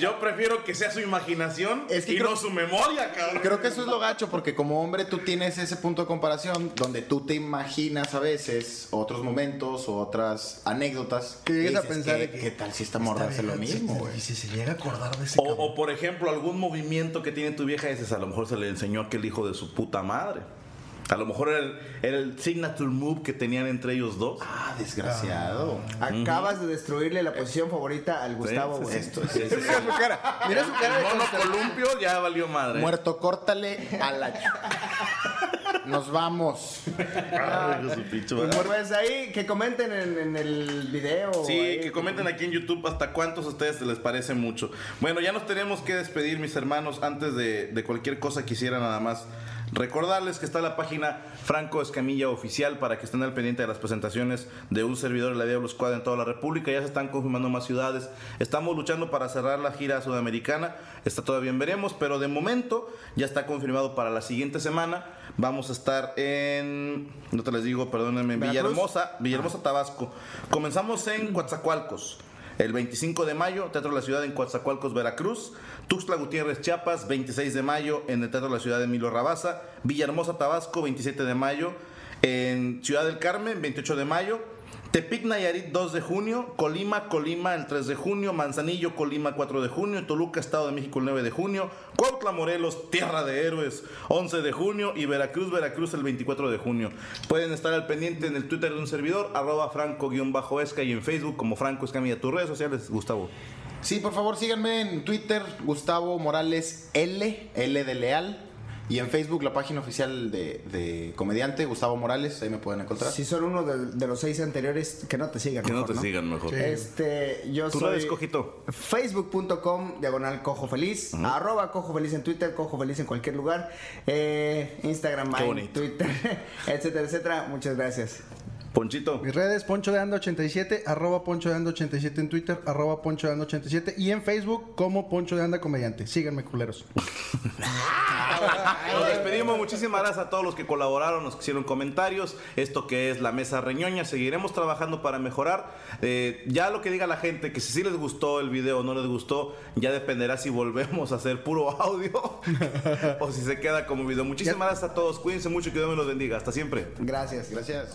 S3: Yo prefiero que sea su imaginación
S4: Es que
S3: y
S4: creo-
S3: no su memoria, cabrón.
S4: Creo que eso es lo gacho, porque como hombre tú tienes ese punto de comparación donde tú te imaginas a veces otros momentos o otras anécdotas. y
S6: Que llegues a
S4: dices,
S6: pensar
S4: ¿qué,
S6: de que
S4: qué tal si esta
S6: Está
S4: morra hace lo
S6: bien, este
S4: mismo,
S6: sí,
S4: güey?
S6: Y si se llega a acordar de ese
S3: O,
S6: cabrón.
S3: o, por ejemplo, algún movimiento que tiene tu vieja, dices, a lo mejor se le enseñó a aquel hijo de su puta madre. A lo mejor era el, era el signature move que tenían entre ellos dos.
S4: Ah, desgraciado.
S5: Acabas de destruirle la posición favorita al Gustavo,
S3: Sí, sí,
S5: güey.
S3: sí.
S5: Esto.
S3: Sí, sí, sí.
S4: <laughs> Mira su cara. Mira su cara.
S3: El mono columpio ya valió madre.
S4: Muerto, córtale a la. ch- Nos vamos.
S3: Ah, hijo de su pinche madre.
S5: <laughs> Pues ahí, que comenten en, en el video.
S3: Sí,
S5: ahí.
S3: que comenten aquí en YouTube hasta cuántos a ustedes les parece mucho. Bueno, ya nos tenemos que despedir, mis hermanos. Antes de, de cualquier cosa, quisiera nada más recordarles que está la página Franco Escamilla Oficial para que estén al pendiente de las presentaciones de un servidor de la Diablo Squad en toda la República. Ya se están confirmando más ciudades. Estamos luchando para cerrar la gira sudamericana. Está todavía en veremos, pero de momento ya está confirmado para la siguiente semana. Vamos a estar en. No te les digo, perdónenme, en
S5: ¿Veracruz?
S3: Villahermosa. Villahermosa, Villahermosa, Tabasco. Comenzamos en Coatzacoalcos. El 25 de mayo, Teatro de la Ciudad en Coatzacoalcos, Veracruz. Tuxtla Gutiérrez, Chiapas, 26 de mayo en el Teatro de la Ciudad de Milo Rabaza. Villahermosa, Tabasco, 27 de mayo. En Ciudad del Carmen, 28 de mayo. Tepic Nayarit 2 de junio, Colima, Colima el 3 de junio, Manzanillo, Colima 4 de junio, Toluca, Estado de México el 9 de junio, Cuautla, Morelos, Tierra de Héroes 11 de junio y Veracruz, Veracruz el 24 de junio. Pueden estar al pendiente en el Twitter de un servidor, arroba franco-esca y en Facebook como Franco Escamilla. Tus redes sociales, Gustavo.
S4: Sí, por favor, síganme en Twitter, Gustavo Morales L, L de Leal. Y en Facebook, la página oficial de, de comediante, Gustavo Morales. Ahí me pueden encontrar.
S5: Si son uno de, de los seis anteriores, que no te sigan.
S3: Que no
S5: mejor,
S3: te sigan mejor.
S6: Sí.
S5: Este, yo
S3: Tus
S5: soy
S3: redes, Cojito.
S5: Facebook.com, diagonal cojo feliz, arroba cojo feliz en Twitter, cojo feliz en cualquier lugar, eh, Instagram,
S3: Qué
S5: Vine,
S3: bonito.
S5: Twitter, <laughs> etcétera, etcétera. Muchas gracias.
S3: Ponchito.
S6: Mis redes, Poncho de Anda 87, arroba Poncho de Anda 87 en Twitter, arroba Poncho de Anda 87 y en Facebook como Poncho de Anda Comediante. Síganme, culeros.
S3: Nos despedimos. Muchísimas gracias a todos los que colaboraron, nos que hicieron comentarios. Esto que es la mesa reñoña. Seguiremos trabajando para mejorar. Eh, ya lo que diga la gente, que si sí les gustó el video o no les gustó, ya dependerá si volvemos a hacer puro audio <laughs> o si se queda como video. Muchísimas gracias a todos. Cuídense mucho y que Dios me los bendiga. Hasta siempre.
S5: Gracias.
S4: Gracias.